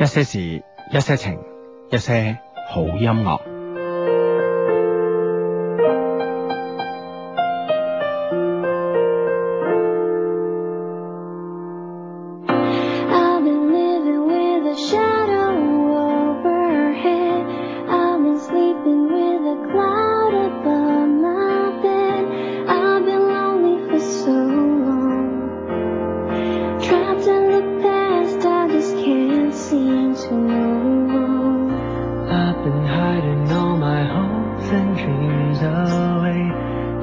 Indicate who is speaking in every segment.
Speaker 1: 一些事，一些情，一些好音樂。
Speaker 2: I've been living with a shadow overhead. I've been sleeping with a cloud above my bed. I've been lonely for so long. Trapped in the past, I just can't seem to know.
Speaker 3: I've been hiding all my hopes and dreams away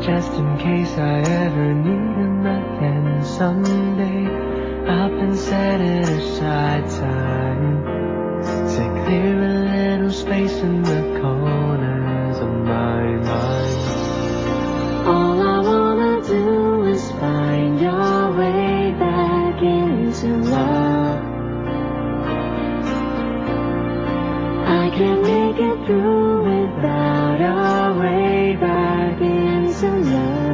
Speaker 3: Just in case I ever need them again someday I've been setting aside time To clear a little space in the corners of my mind All I wanna do is find your way back into love I can't make it through without a way back into love.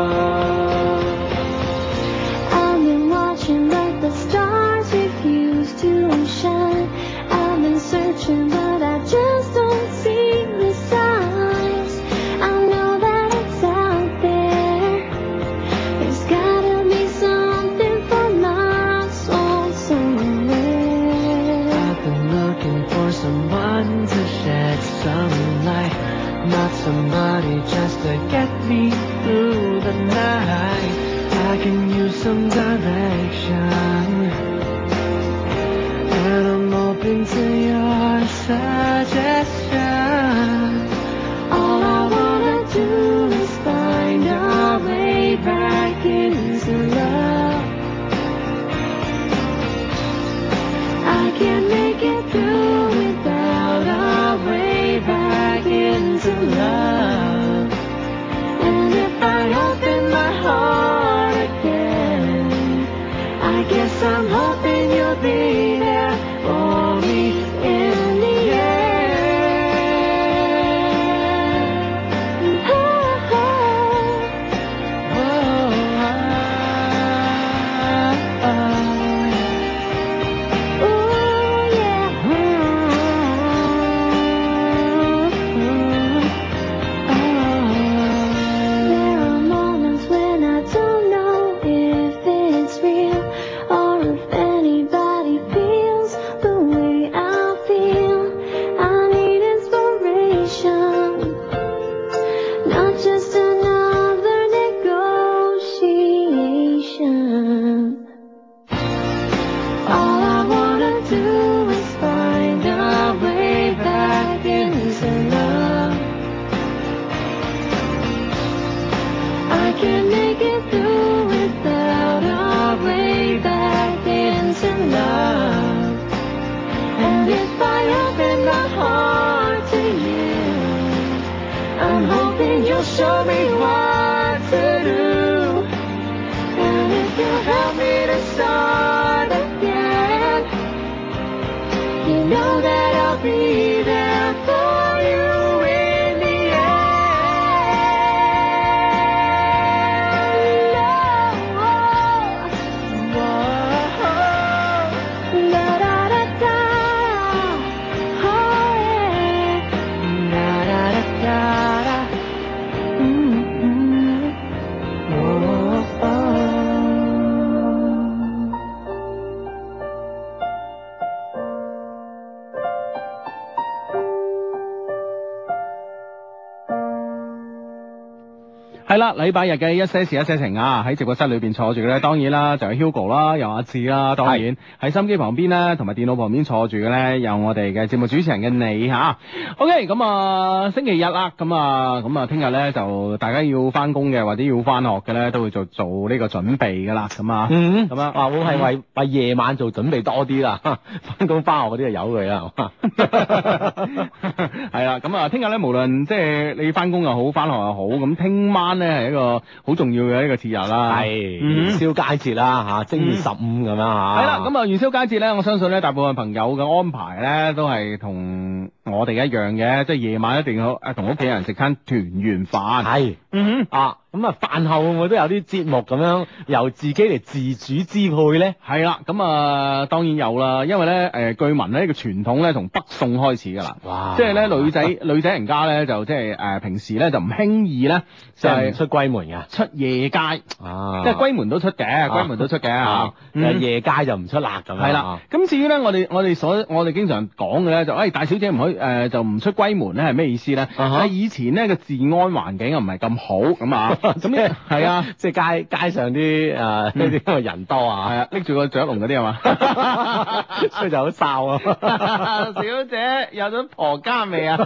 Speaker 3: Oh.
Speaker 2: I've been watching, but the stars refuse to shine. I've been searching, but I just don't see the signs. I know that it's out there. There's gotta be something for my soul somewhere.
Speaker 3: I've been looking for someone to shed some light, not somebody just to get me through the night. I can use some direction, and I'm open to your suggestion. All I wanna do is find a way back into love. I can't make it through without a way back into love. And if I open my heart again, I guess I'm hoping you'll be there for me in the end.
Speaker 2: Oh.
Speaker 3: Oh, oh, oh.
Speaker 2: Oh yeah.
Speaker 3: Mm-hmm.
Speaker 2: There are moments when I don't know if it's real or if anybody feels the way I feel. I need inspiration, not just another negotiation.
Speaker 3: All I wanna do is find a way back into love. I can't make it through without a way back into love. And if I open my heart to you, I'm hoping you'll show me what to do. And if you help me to start again, you know that I'll be there for you in the end. Whoa. Da-da-da-da. Mm-hmm. Oh.
Speaker 1: 係啦，禮拜日嘅一些事一些情啊，喺直播室裏邊坐住嘅咧，當然啦，就有 Hugo 啦，有阿志啦，當然喺心機旁邊咧，同埋電腦旁邊坐住嘅咧，有我哋嘅節目主持人嘅你吓、OK，咁啊，星期日啦，咁啊，咁啊，聽日咧就大家要翻工嘅或者要翻學嘅咧，都會做做呢個準備噶啦，咁啊，
Speaker 4: 嗯，
Speaker 1: 咁啊
Speaker 4: 啊，我係為為夜晚做準備多啲 啦，翻工翻學嗰啲就由佢啦，係嘛？
Speaker 1: 係啦，咁啊，聽日咧，無論即係你翻工又好，翻學又好，咁聽晚咧係一個好重要嘅一個節日啦。嗯
Speaker 4: 係燒佳節啦嚇，正月
Speaker 1: 嗯
Speaker 4: 十五咁樣嚇。
Speaker 1: 係啦，咁啊元宵佳節咧，我相信咧大部分朋友嘅安排咧都係同啊我哋一樣嘅，即係夜晚一定要誒同屋企人食餐團圓飯。
Speaker 4: 係
Speaker 1: 嗯
Speaker 4: 啊，咁啊，飯後會唔會都有啲節目咁樣由自己嚟自主支配咧？
Speaker 1: 係啦，咁啊當然有啦，因為咧誒、呃據聞咧呢個傳統咧從北宋開始㗎啦，
Speaker 4: 哇
Speaker 1: 即係咧女仔 女仔人家咧就即係誒平時咧就唔輕易咧就
Speaker 4: 係
Speaker 1: 係
Speaker 4: 唔出閨門嘅，
Speaker 1: 出夜街，
Speaker 4: 啊
Speaker 1: 即係閨門都出嘅，閨門都出嘅嚇
Speaker 4: 啊，，
Speaker 1: 嗯
Speaker 4: 夜街就唔出辣咁樣。
Speaker 1: 係啦
Speaker 4: 啊，，
Speaker 1: 咁至於咧，我哋我哋所我哋經常講嘅咧，就誒、哎大小姐唔可以誒、呃就唔出閨門咧，係咩意思咧？
Speaker 4: 啊哈
Speaker 1: 喺以前呢個治安環境啊唔係咁好咁 啊，咁 呢係啊。嗯
Speaker 4: 即係街街上啲誒呢 啲因為人多
Speaker 1: 係
Speaker 4: 啊，
Speaker 1: 啊，拎住個雀籠嗰啲係嘛？
Speaker 4: 所以就好哨啊。
Speaker 1: 小姐有咗婆家未 啊？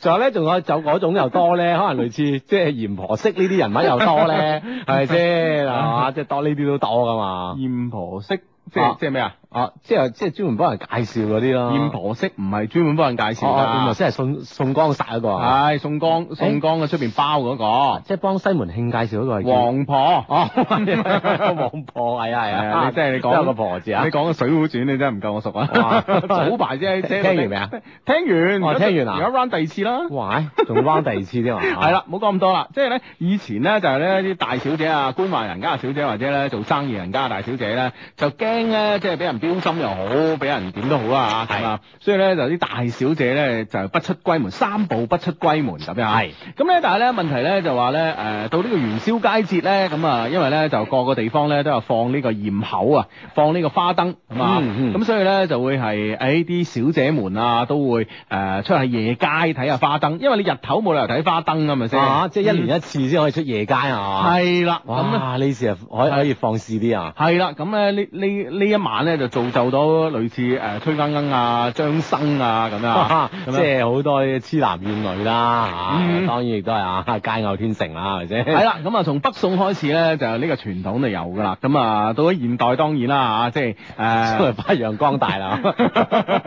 Speaker 4: 仲有咧，仲有就嗰種又多咧，可能類似即係閻婆式呢啲人物又多 咧，係咪先？係嘛，即係多呢啲都多噶嘛。
Speaker 1: 燕婆媳即
Speaker 4: 啊
Speaker 1: 係即係咩啊？
Speaker 4: 哦，即係即係專門幫人介紹嗰啲咯。
Speaker 1: 燕婆啊媳唔係專門幫人介紹
Speaker 4: 哦，燕婆
Speaker 1: 㗎，
Speaker 4: 即係宋宋江殺嗰個啊，
Speaker 1: 係宋江宋江嘅出邊包嗰個
Speaker 4: 即係幫西門慶介紹嗰個係叫。
Speaker 1: 王婆。
Speaker 4: 哦， 王婆係啊係
Speaker 1: 係
Speaker 4: 啊，
Speaker 1: 啊，你即係你講
Speaker 4: 都有個婆字啊
Speaker 1: 你。講《水滸傳》你真係唔夠我熟
Speaker 4: 哇
Speaker 1: 啊！ 早排啫，聽
Speaker 4: 聽完未啊？
Speaker 1: 聽完，
Speaker 4: 哦聽完啊
Speaker 1: 而家 round 第二次啦。
Speaker 4: 哇，仲 round 第二次添啊！
Speaker 1: 係，啦，冇講咁多啦。即係咧，以前咧就係咧啲大小姐啊、官宦人家嘅小姐，或者咧做生意人家嘅大小姐咧，就驚咧即係俾人標心又好，俾人點都好啦嚇，係嘛？所以咧就啲大小姐咧就不出閨門，三步不出閨門咁樣。
Speaker 4: 係
Speaker 1: 咁咧，但係咧問題咧就話咧誒，到呢個元宵佳節咧，咁啊，因為咧就各個地方咧都有放呢個焰口啊，放呢個花燈咁啊，咁、
Speaker 4: 嗯嗯
Speaker 1: 所以咧就會係誒啲小姐們啊都會誒、呃出去夜街睇下花燈，因為你日頭冇理由睇花燈㗎嘛先，嗯
Speaker 4: 啊，即係一年一次先可以出夜街啊！
Speaker 1: 係啦，咁咧。
Speaker 4: 哇，呢次啊可以可以放肆啲啊！
Speaker 1: 係啦，咁咧呢呢呢一晚咧就造就到類似誒、呃崔鶯鶯啊、張生啊咁樣啊，
Speaker 4: 即
Speaker 1: 咁樣
Speaker 4: 係好多呢啲痴男怨女啦，
Speaker 1: 嗯
Speaker 4: 嚇當然亦都係啊佳偶天成啦，係咪 先？
Speaker 1: 係啦，咁啊，從北宋開始咧，就呢個傳統就有噶啦。咁啊，到咗現代當然啦嚇，啊即係
Speaker 4: 因為
Speaker 1: 誒，
Speaker 4: 發揚光大啦，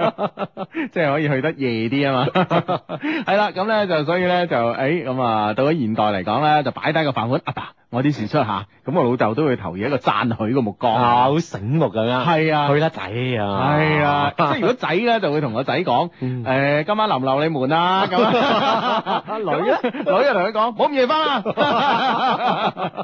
Speaker 1: 即係可以去得夜啲啊 嘛。係啦，咁咧就所以咧就誒咁啊，到咗現代嚟講咧，就擺低個飯碗，阿爸，我啲事出下，咁我老豆都會投以一個讚許嘅目光。
Speaker 4: 啊 好醒目咁樣，
Speaker 1: 哦係啊
Speaker 4: 去得仔啊，
Speaker 1: 係 啊，即係如果仔咧就會同個仔講，
Speaker 4: 嗯，
Speaker 1: 誒今晚留唔留你門啊？咁啊
Speaker 4: 女啊呢
Speaker 1: 女啊同佢講，冇咁夜翻 啊！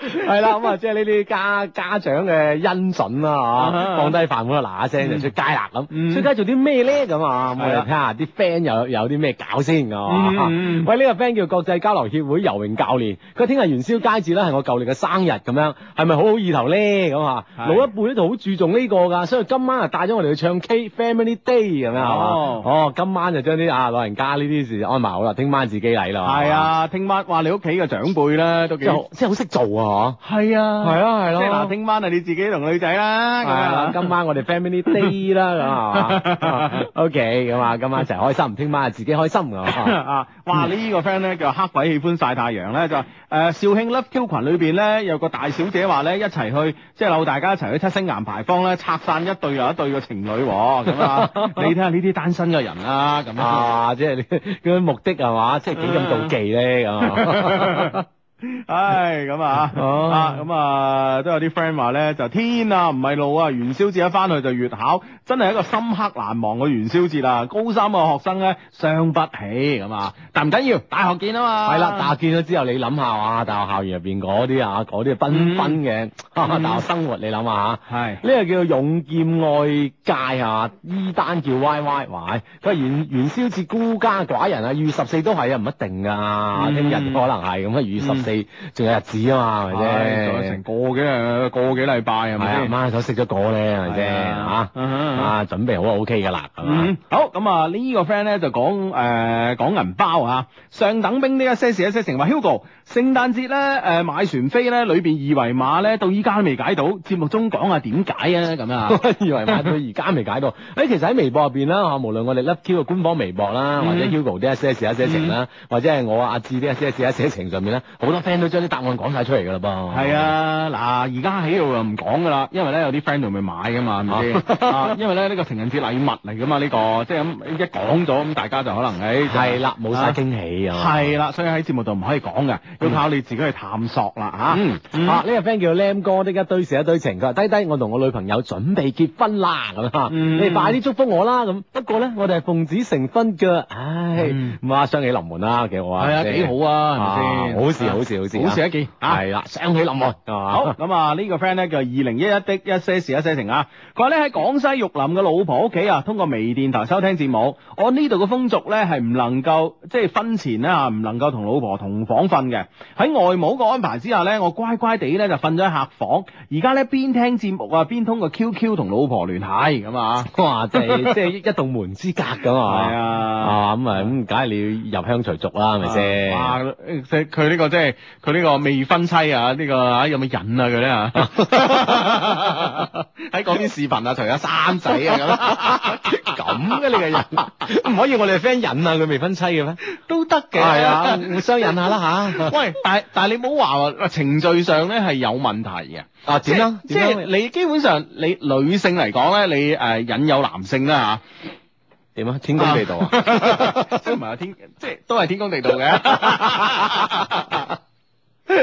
Speaker 4: 係啦，咁啊，即係呢啲家家長嘅恩準啦，
Speaker 1: 啊
Speaker 4: 嚇，放低飯碗啊，嗱嗱聲就出街啦，咁
Speaker 1: 嗯
Speaker 4: 出街做啲咩咧？咁啊，咁我
Speaker 1: 係
Speaker 4: 哋
Speaker 1: 啦
Speaker 4: 睇下啲 friend 有有啲咩搞先，咁啊
Speaker 1: 嗯嗯嗯
Speaker 4: 喂，呢個 friend 叫國際交流協會游泳教練，佢聽日元宵佳節咧係我舊年嘅生日咁樣，係咪好好意頭咧？咁啊，
Speaker 1: 係
Speaker 4: 老一輩咧就好注重呢個㗎，所以今晚啊帶咗我哋去唱 K Family Day 咁樣係嘛？
Speaker 1: 哦
Speaker 4: 哦，今晚就將啲啊老人家呢啲事安排好啦，聽晚自己嚟啦。
Speaker 1: 係，啊，聽晚哇，你屋企嘅長輩咧都
Speaker 4: 即
Speaker 1: 幾
Speaker 4: 係好即係好識做啊！
Speaker 1: 係啊
Speaker 4: 嗬，啊係
Speaker 1: 即係嗱，聽晚啊你自己同女仔啦，咁
Speaker 4: 係啊啦
Speaker 1: 樣，
Speaker 4: 今晚我哋 family day 啦，咁啊嘛，OK，咁啊，今晚一齊開心，聽晚啊自己開心咁 啊，
Speaker 1: 啊！哇！呢個 friend 咧叫黑鬼喜歡曬太陽咧，就話誒肇慶 Love Q 群裏邊咧有個大小姐話咧一齊去，即係扭大家一齊去七星岩牌坊咧拆散一對又一對嘅情侶喎咁 啊！你睇下呢啲單身嘅人啦，咁啊
Speaker 4: 啊， 即係你嗰啲目的係嘛，即係幾咁妒忌咧咁啊，
Speaker 1: 唉，咁啊，
Speaker 4: 哦
Speaker 1: 啊，咁啊，都有啲 friend 話咧，就天啊，唔係路啊，元宵節一翻去就月考，真係一個深刻難忘嘅元宵節啊！高三嘅學生咧，傷不起咁啊，但唔緊要，大學見啊嘛。
Speaker 4: 係啦，但係見咗之後你諗下啊，大學校園入邊嗰啲啊，嗰啲繽紛 嘅啊大學生活，你諗下啊。
Speaker 1: 係
Speaker 4: 呢個叫勇劍外界啊，依單叫 à, Y Y Y。佢話元元宵節孤家寡人啊，二月十四都係啊，唔一定噶，
Speaker 1: 嗯
Speaker 4: 聽日可能係咁啊，二月十四仲有日子啊嘛，係
Speaker 1: 唉
Speaker 4: 咪
Speaker 1: 仲有
Speaker 4: 先
Speaker 1: 成？個幾日個幾禮拜係
Speaker 4: 係
Speaker 1: 咪？
Speaker 4: 咪啊阿
Speaker 1: 先？
Speaker 4: 媽手食咗個咧，係咪先
Speaker 1: 係
Speaker 4: 嚇
Speaker 1: 啊？嗯嗯嗯
Speaker 4: 啊，準備好啊，OK 噶啦，係嘛
Speaker 1: 嗯？，好咁啊！呢個 friend 咧就講誒講銀包啊，上等兵呢一些事一些情話 Hugo，聖誕節咧誒買船飛咧，裏邊二維碼咧到依家都未解到，節目中講下點解啊咁啊
Speaker 4: 以 為買到而家未解到，誒其實喺微博入邊啦，嚇無論我哋 Love Q 嘅官方微博啦，
Speaker 1: 嗯
Speaker 4: 或者 Hugo 啲一些事一些情啦，或者係我阿志啲一些事一些情上面咧，好多多 friend 都將啲答案講晒出嚟㗎啦噃。
Speaker 1: 係，啊，嗱，而家喺度就唔講噶啦，因為咧有啲 friend 仲未買噶嘛，係
Speaker 4: 哦
Speaker 1: 咪先？啊，因為咧呢個情人節禮物嚟噶嘛，呢個即係咁一講咗，咁大家就可能誒
Speaker 4: 係啦，冇晒驚喜啊。
Speaker 1: 係啦，所以喺節目度唔可以講嘅，要靠你自己去探索啦
Speaker 4: 嗯，
Speaker 1: 嚇。
Speaker 4: 啊呢個 friend 叫 Lam 哥，的一堆事一堆情，佢話低低，我同我女朋友準備結婚啦，咁啊，
Speaker 1: 嗯
Speaker 4: 你哋快啲祝福我啦，咁不過咧，我哋係奉子成婚㗎，唉
Speaker 1: 嗯，
Speaker 4: 咁啊，雙喜臨門啦，幾好啊，
Speaker 1: 係啊，
Speaker 4: 即係
Speaker 1: 幾好啊，係咪
Speaker 4: 啊
Speaker 1: 先？
Speaker 4: 好事好事好事，
Speaker 1: 好事一件啊！
Speaker 4: 係啦，雙喜臨門，係嘛
Speaker 1: 好，咁啊，呢個 friend 咧叫二零一一的一些事一些情啊，佢話咧喺廣西玉林嘅老婆屋企啊，通過微電台收聽節目。我呢度嘅風俗咧係唔能夠即係婚前咧啊唔能夠同老婆同房瞓嘅。喺外母嘅安排之下咧，我乖乖地咧就瞓咗喺客房。而家咧邊聽節目啊邊通過 QQ 同老婆聯繫咁啊。
Speaker 4: 哇！即 係即係一道門之隔咁啊，
Speaker 1: 係啊。
Speaker 4: 啊咁啊咁，梗係你要入鄉隨俗啦，係咪先？
Speaker 1: 哇！佢佢呢個即係佢呢個未婚妻啊，呢、個啊有冇癮啊佢咧 啊？喺嗰邊視頻啊，除咗生仔啊咁，
Speaker 4: 咁嘅你嘅人，唔可以我哋 friend 引下佢未婚妻嘅咩？
Speaker 1: 都得嘅。
Speaker 4: 係啊，互相引下啦吓。
Speaker 1: 喂，但係但係你唔好話程序上咧係有問題嘅。
Speaker 4: 啊點啊？
Speaker 1: 即係你基本上你女性嚟講咧，你誒、呃引誘男性啦嚇。
Speaker 4: 點啊？ 天公地道啊！
Speaker 1: 即係唔係話天，即係都係天公地道 嘅。哦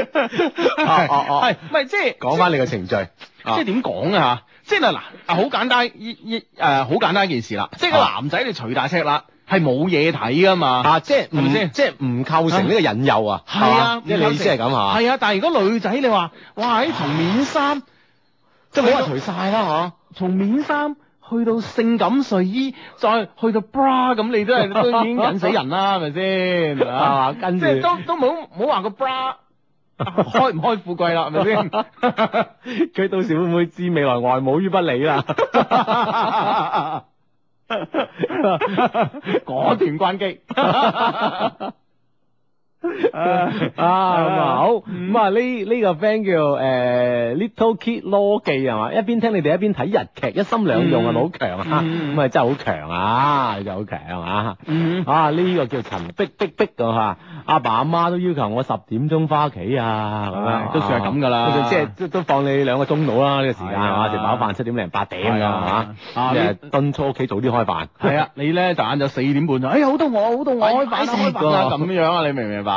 Speaker 4: 哦哦
Speaker 1: 係咪即係
Speaker 4: 講翻你個程序，
Speaker 1: 即係
Speaker 4: 啊
Speaker 1: 點講啊嚇？即係嗱嗱，啊好簡單，依依誒好簡單一件事啦。即係個
Speaker 4: 啊
Speaker 1: 男仔你除大赤啦，係冇嘢睇噶嘛。
Speaker 4: 啊，即係
Speaker 1: 係咪
Speaker 4: 唔
Speaker 1: 先
Speaker 4: 即係唔構成呢個引誘啊？
Speaker 1: 係啊，
Speaker 4: 即係你意思係咁嚇？
Speaker 1: 係啊，但係如果女仔你話，哇！喺從面衫，
Speaker 4: 即係冇話除晒啦
Speaker 1: 從面衫去到性感睡衣，再去到 bra，咁你都 係都已經引死人啦，係咪先？係
Speaker 4: 嚇，啊
Speaker 1: 嘛
Speaker 4: 跟住
Speaker 1: 即係都都冇冇話個 bra 啊開唔開富貴啦，係咪 先？
Speaker 4: 佢到時會唔會置未來外母於不理啦？
Speaker 1: 啊果斷關機。
Speaker 4: 啊咁啊好，
Speaker 1: 嗯
Speaker 4: 咁啊呢呢個 friend 叫誒 Little Kid 羅記係嘛？一邊聽你哋一邊睇日劇，一心兩用啊，
Speaker 1: 嗯
Speaker 4: 咪好強啊！
Speaker 1: 嗯
Speaker 4: 咁啊真係好強啊，你就好強啊！
Speaker 1: 嗯
Speaker 4: 啊呢個叫陳碧碧碧咁啊，阿爸阿媽都要求我十點鐘翻屋企啊，咁
Speaker 1: 唉
Speaker 4: 樣
Speaker 1: 都算係咁㗎啦
Speaker 4: 都算即係都都放你兩個鐘到啦，呢個時間係
Speaker 1: 係啊
Speaker 4: 嘛？食飽飯七點零八點咁
Speaker 1: 係
Speaker 4: 啊
Speaker 1: 啊
Speaker 4: 嚇，
Speaker 1: 啊
Speaker 4: 即
Speaker 1: 呢
Speaker 4: 係敦促屋企早啲開飯。
Speaker 1: 係啊，你咧就晏晝四點半就，哎呀好到我，好到我，
Speaker 4: 哎
Speaker 1: 開飯啦，開
Speaker 4: 哎食
Speaker 1: 飯啦，
Speaker 4: 過
Speaker 1: 咁樣啊，你明唔明白？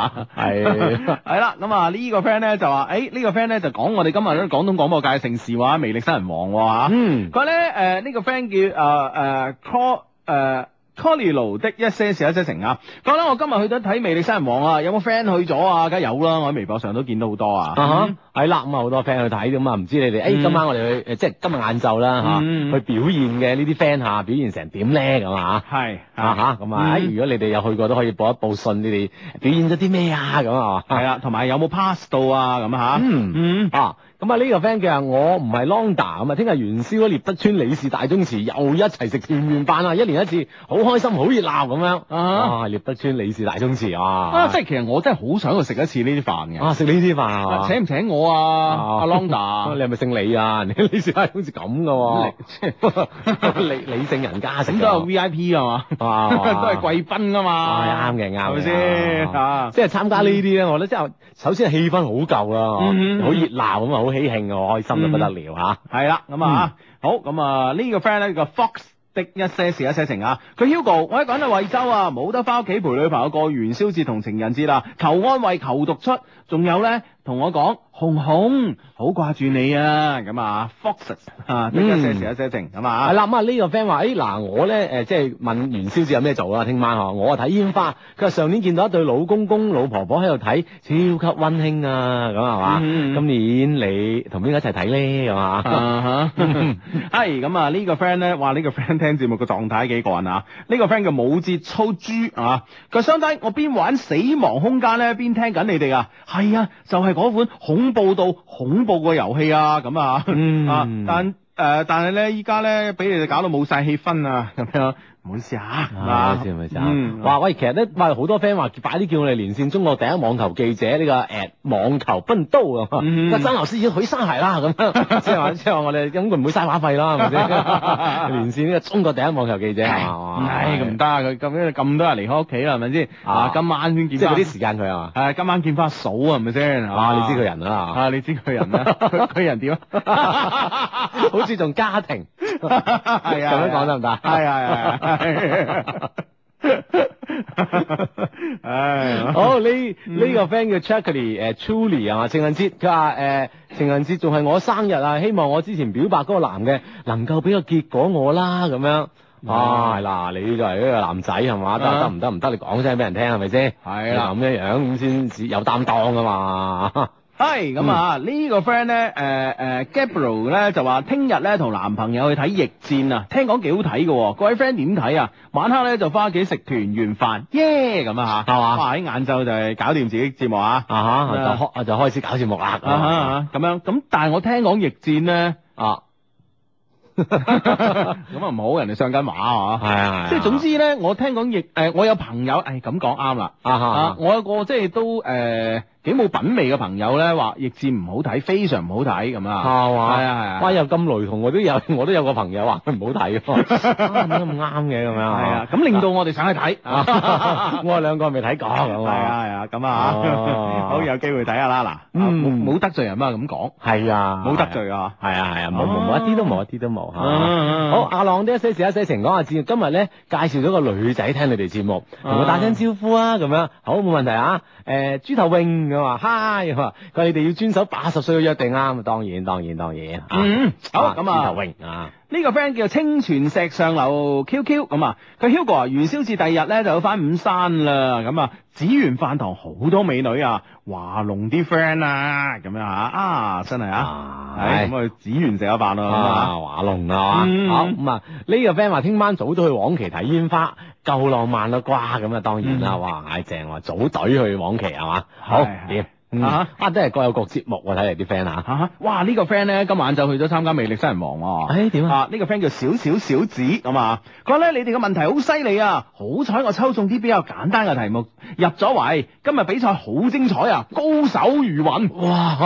Speaker 4: 係
Speaker 1: 係啦，咁啊呢個 friend 咧就話，誒呢個 friend 咧就講我哋今日咧廣東廣播界盛事話，魅力新人王喎嚇。
Speaker 4: 嗯，
Speaker 1: 佢咧誒呢個 friend 叫啊誒誒 call 誒。Colly 路的一些事一些情啊，講啦，我今日去咗睇《魅力新人王》啊，有冇 friend 去咗啊？梗係有啦，我喺微博上都見到好多啊。
Speaker 4: 啊哈，係啦，咁啊好多 friend 去睇，咁啊唔知你哋，誒
Speaker 1: 嗯
Speaker 4: 今晚我哋去，誒即係今日晏晝啦嚇，
Speaker 1: 嗯
Speaker 4: 去表現嘅呢啲 friend 嚇，表現成點咧咁啊
Speaker 1: 係
Speaker 4: 嚇，啊嚇，咁啊，
Speaker 1: 嗯
Speaker 4: 誒如果你哋有去過都可以報一報信，你哋表演咗啲咩啊咁啊，
Speaker 1: 係啦，同埋有冇 pass 到啊？咁啊嚇，
Speaker 4: 嗯
Speaker 1: 嗯，
Speaker 4: 啊，咁啊呢個 friend 叫我唔係 Londa 咁啊，聽日元宵喺獵德村李氏大宗祠又一齊食團圓飯啊，一年一次，好開心，好熱鬧咁樣。
Speaker 1: 啊
Speaker 4: 啊，獵德村李氏大宗祠啊，
Speaker 1: 啊，
Speaker 4: 啊
Speaker 1: 即係其實我真係好想去食一次呢啲飯嘅。
Speaker 4: 啊食呢啲飯
Speaker 1: 啊
Speaker 4: 啊，
Speaker 1: 請唔請我
Speaker 4: 啊
Speaker 1: 啊？阿
Speaker 4: 你
Speaker 1: Londa，
Speaker 4: 係咪姓李啊？你李氏大宗祠咁噶喎，理 理性人家食
Speaker 1: 咁
Speaker 4: 㗎
Speaker 1: 都係 V I P 啊嘛，
Speaker 4: 啊
Speaker 1: 都係貴賓啊嘛，
Speaker 4: 啊，啱嘅啱嘅，
Speaker 1: 係咪先啊？
Speaker 4: 即係參加呢啲咧，我覺得即係首先係氣氛好
Speaker 1: 嗯
Speaker 4: 夠啦，
Speaker 1: 嗯
Speaker 4: 好熱鬧咁啊，好喜慶啊，開心到不得了嚇。
Speaker 1: 係啦，咁啊，好，咁啊呢個 friend 咧個 Fox。的一些事一些情啊！佢 Hugo，我一個人喺惠州啊，冇得翻屋企陪女朋友過元宵節同情人節啦，求安慰，求讀出，仲有咧同我講紅紅，好掛住你啊！咁啊，Fox 啊，的一些事一些情咁
Speaker 4: 係
Speaker 1: 啊，
Speaker 4: 啦，咁啊呢個 friend 話：，誒嗱，我咧誒即係問元宵節有咩做啦，聽晚呵，我啊睇煙花。佢話上年見到一對老公公、老婆婆喺度睇，超級温馨啊，咁係嘛？
Speaker 1: 嗯嗯
Speaker 4: 今年你同邊個一齊睇咧？咁啊？
Speaker 1: 啊哈，係咁啊！呢個 friend 咧，哇！呢個 friend 聽節目個狀態幾過癮啊！呢個 friend 叫武節操豬啊，佢相低我邊玩死亡空間咧，邊聽緊你哋啊！係啊，就係嗰款恐怖到恐怖個遊戲啊！咁啊，呃
Speaker 4: 嗯
Speaker 1: 啊，但誒、但係咧，依家咧俾你哋搞到冇晒氣氛啊，咁樣唔好試下
Speaker 4: 啊，
Speaker 1: 啊
Speaker 4: 知咪先
Speaker 1: 嗯，
Speaker 4: 哇！喂，其實咧，喂，好多 friend 話快啲叫我哋連線中國第一網球記者呢個 at 網球奔刀咁 啊！
Speaker 1: 嗯
Speaker 4: 阿曾老師已經許生鞋啦 咁樣，即係話即係話我哋咁佢唔會嘥話費啦，係咪先？連線呢個中國第一網球記者係嘛？
Speaker 1: 唉，咁唔得啊！佢咁咁多人離開屋企啦，係咪先？
Speaker 4: 啊
Speaker 1: 啊，今晚先
Speaker 4: 即
Speaker 1: 見
Speaker 4: 係
Speaker 1: 翻
Speaker 4: 嗰啲時間佢係嘛？
Speaker 1: 係今晚見翻阿嫂啊，係咪先？
Speaker 4: 哇！你知佢人啦，
Speaker 1: 啊，你知佢人啊？佢佢人點啊？
Speaker 4: 好似仲 家庭，
Speaker 1: 係啊，
Speaker 4: 咁樣講得唔得
Speaker 1: 係啊係啊，唉，
Speaker 4: 好呢
Speaker 1: 嗯
Speaker 4: 呢個 friend 叫 Chuckley 誒 Chulie 啊，情人節佢話誒情人節仲係我生日啊，希望我之前表白嗰個男嘅能夠俾個結果我啦咁樣。
Speaker 1: 嗯
Speaker 4: 啊，係啦，你作為一個男仔係嘛，得
Speaker 1: 啊
Speaker 4: 得唔得唔得？你講聲俾人聽係咪先？
Speaker 1: 係啦
Speaker 4: 你咁樣樣咁先至有擔當噶嘛。
Speaker 1: 係咁啊！呢個 friend 咧，誒誒 Gabriel 咧就話聽日咧同男朋友去睇逆戰啊，聽講幾好睇嘅喎，各位 friend 點睇啊？晚黑咧就翻屋企食團圓飯，耶咁啊嚇，
Speaker 4: 係嘛
Speaker 1: 哇！喺晏晝就係搞掂自己節目啊！
Speaker 4: 啊哈，
Speaker 1: 係
Speaker 4: 就
Speaker 1: 啊
Speaker 4: 開就開始搞節目啦。
Speaker 1: 啊哈啊哈咁樣咁，但係我聽講逆戰咧，
Speaker 4: 啊，
Speaker 1: 咁啊唔好，人哋上緊畫啊！
Speaker 4: 係啊，
Speaker 1: 即係總之咧，我聽講逆誒，我有朋友誒咁講啱啦。
Speaker 4: 啊
Speaker 1: 啊
Speaker 4: 哈！，
Speaker 1: 我有個即係都誒幾冇品味嘅朋友咧，話逆戰唔好睇，非常唔好睇咁啊。
Speaker 4: 係嘛
Speaker 1: 係啊係啊。
Speaker 4: 哇！又咁雷同，我都有 我都有個朋友話佢唔好睇 喎，啊點解咁啱嘅咁樣
Speaker 1: 係啊，咁令到我哋想去睇。
Speaker 4: 啊！ 我哋兩個未睇過咁
Speaker 1: 係
Speaker 4: 啊，
Speaker 1: 啊係啊，咁
Speaker 4: 哦
Speaker 1: 啊， 好有機會睇下啦嗱。
Speaker 4: 嗯
Speaker 1: 冇冇得罪人啊，咁講，
Speaker 4: 係啊，
Speaker 1: 冇得，罪嗯啊。
Speaker 4: 係啊係啊，冇冇冇
Speaker 1: 啊
Speaker 4: 一啲都冇一啲都冇嚇。好，
Speaker 1: 好，
Speaker 4: 阿朗啲一些事一些情講下節目，今日咧介紹咗個女仔聽你哋節目，
Speaker 1: 嗯
Speaker 4: 同佢打聲招呼啊咁樣，好冇問題啊。誒，豬頭泳咁話嗨咁話，佢話你哋要遵守八十歲嘅約定啊，咁啊當然當然當然啊。
Speaker 1: 嗯，好
Speaker 4: 啊
Speaker 1: 咁啊
Speaker 4: 豬。頭泳啊，
Speaker 1: 呢個 friend 叫清泉石上流 QQ 咁啊，佢 Hugo 啊，元宵節第二日咧就要翻五山啦，咁啊，紫園飯堂好多美女啊，華龍啲 friend 啊，咁樣嚇啊，真係啊，係
Speaker 4: 係。
Speaker 1: 咁去紫園食下飯咯，咁
Speaker 4: 啊，
Speaker 1: 啊
Speaker 4: 華龍啊
Speaker 1: 嗯
Speaker 4: 嘛，好咁啊，呢個 friend 話聽晚早都去黃岐睇煙花，夠浪漫啦啩，咁啊當然啦，
Speaker 1: 嗯
Speaker 4: 哇，唉正喎，組隊去黃岐係嘛，好
Speaker 1: 係
Speaker 4: 掂，嗯
Speaker 1: 啊
Speaker 4: 啊真係各有各節目喎，睇嚟啲 friend 啊，
Speaker 1: 嚇哇！呢、個 friend 咧今晚就去咗參加魅力新人王喎、
Speaker 4: 唉點啊？
Speaker 1: 啊！呢、個 friend 叫小小小子咁啊，佢話咧你哋嘅問題好犀利啊！好彩我抽中啲比較簡單嘅題目，入咗圍。今日比賽好精彩啊，高手如雲。
Speaker 4: 哇！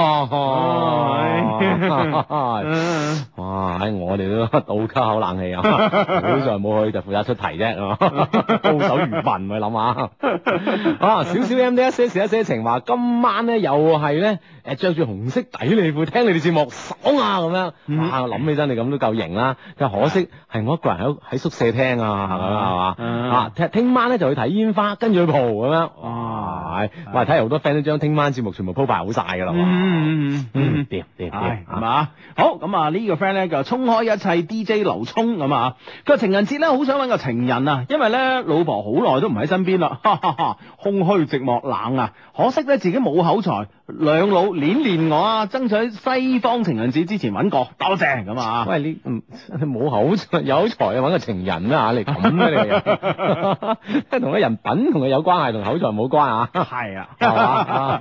Speaker 1: 嗯
Speaker 4: 哇！唉我哋都 倒吸口冷 氣啊，好在冇去就負責出題啫，係嘛 高手如雲咪諗 下。啊，少少 M D 一些事一些情話，今晚咧又係咧誒着住紅色底你褲聽你哋節目，爽啊咁樣。
Speaker 1: 嗯
Speaker 4: 哇！我諗起身你咁都夠型啦，但可惜係我一個人喺喺宿舍聽啊，咁樣係嘛？
Speaker 1: 嗯
Speaker 4: 啊，聽聽晚咧就去睇煙花，跟住去蒲咁樣。
Speaker 1: 哇
Speaker 4: 哇！係喂，睇嚟好多 friend 都將聽晚節目全部鋪排好晒
Speaker 1: 嗯
Speaker 4: 㗎啦喎。
Speaker 1: 嗯嗯
Speaker 4: 嗯
Speaker 1: 嗯，。
Speaker 4: 掂掂啊掂
Speaker 1: 唉，係嘛？好咁啊！呢個 friend 咧就衝開一切 DJ 劉聰咁啊！佢話情人節咧好想揾個情人啊，因為咧老婆好耐都唔喺身邊啦，哈哈哈！空虛寂寞冷啊！可惜咧自己冇口才，兩老練練我啊，爭取西方情人節之前揾個，多謝咁啊！
Speaker 4: 喂，你唔你冇口 才，有口才啊，揾個情人啦嚇，你咁嘅你個人，同個人品同佢有關係，同口才冇關啊，
Speaker 1: 係啊
Speaker 4: 係 嘛？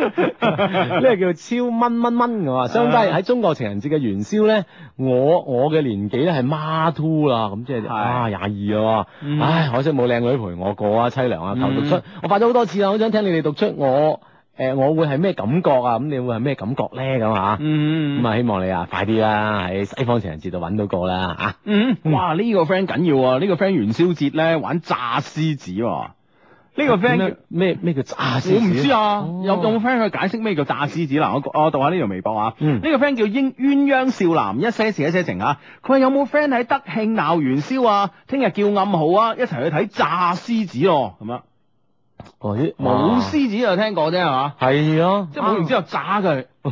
Speaker 4: 呢個叫超蚊蚊蚊嘅嘛，相低喺中國情人節嘅元宵咧，我我嘅年紀咧係孖 two 啦，咁即係
Speaker 1: 係
Speaker 4: 啊廿二啊
Speaker 1: 嗯
Speaker 4: 喎，唉，可惜冇靚女陪我過啊，凄涼啊，求讀出
Speaker 1: 嗯，
Speaker 4: 我發咗好多次啦，好想聽你哋讀出我誒我會係咩感覺啊，咁你會係咩感覺咧咁啊？
Speaker 1: 嗯
Speaker 4: 咁啊，希望你啊快啲啦，喺西方情人節度揾到個啦啊！
Speaker 1: 嗯，哇！呢、個 friend 緊要啊！呢、個 friend 元宵節咧玩炸獅子喎、呢、個 friend 叫
Speaker 4: 咩咩咩叫炸
Speaker 1: 我唔知啊，
Speaker 4: 哦
Speaker 1: 有有冇 friend 去解釋咩叫炸獅子嗱？我我讀下呢條微博啊，
Speaker 4: 嗯
Speaker 1: 呢個 friend 叫鴛鴛鴦少男一些事一些情啊，佢話有冇 friend 喺德慶鬧元宵啊？聽日叫暗號啊，一齊去睇炸獅子咯，咁樣啊
Speaker 4: 哦咦
Speaker 1: 冇
Speaker 4: 哇
Speaker 1: 獅子就聽過啫係嘛，
Speaker 4: 係咯，
Speaker 1: 即係冇啊完之後炸佢
Speaker 4: 唔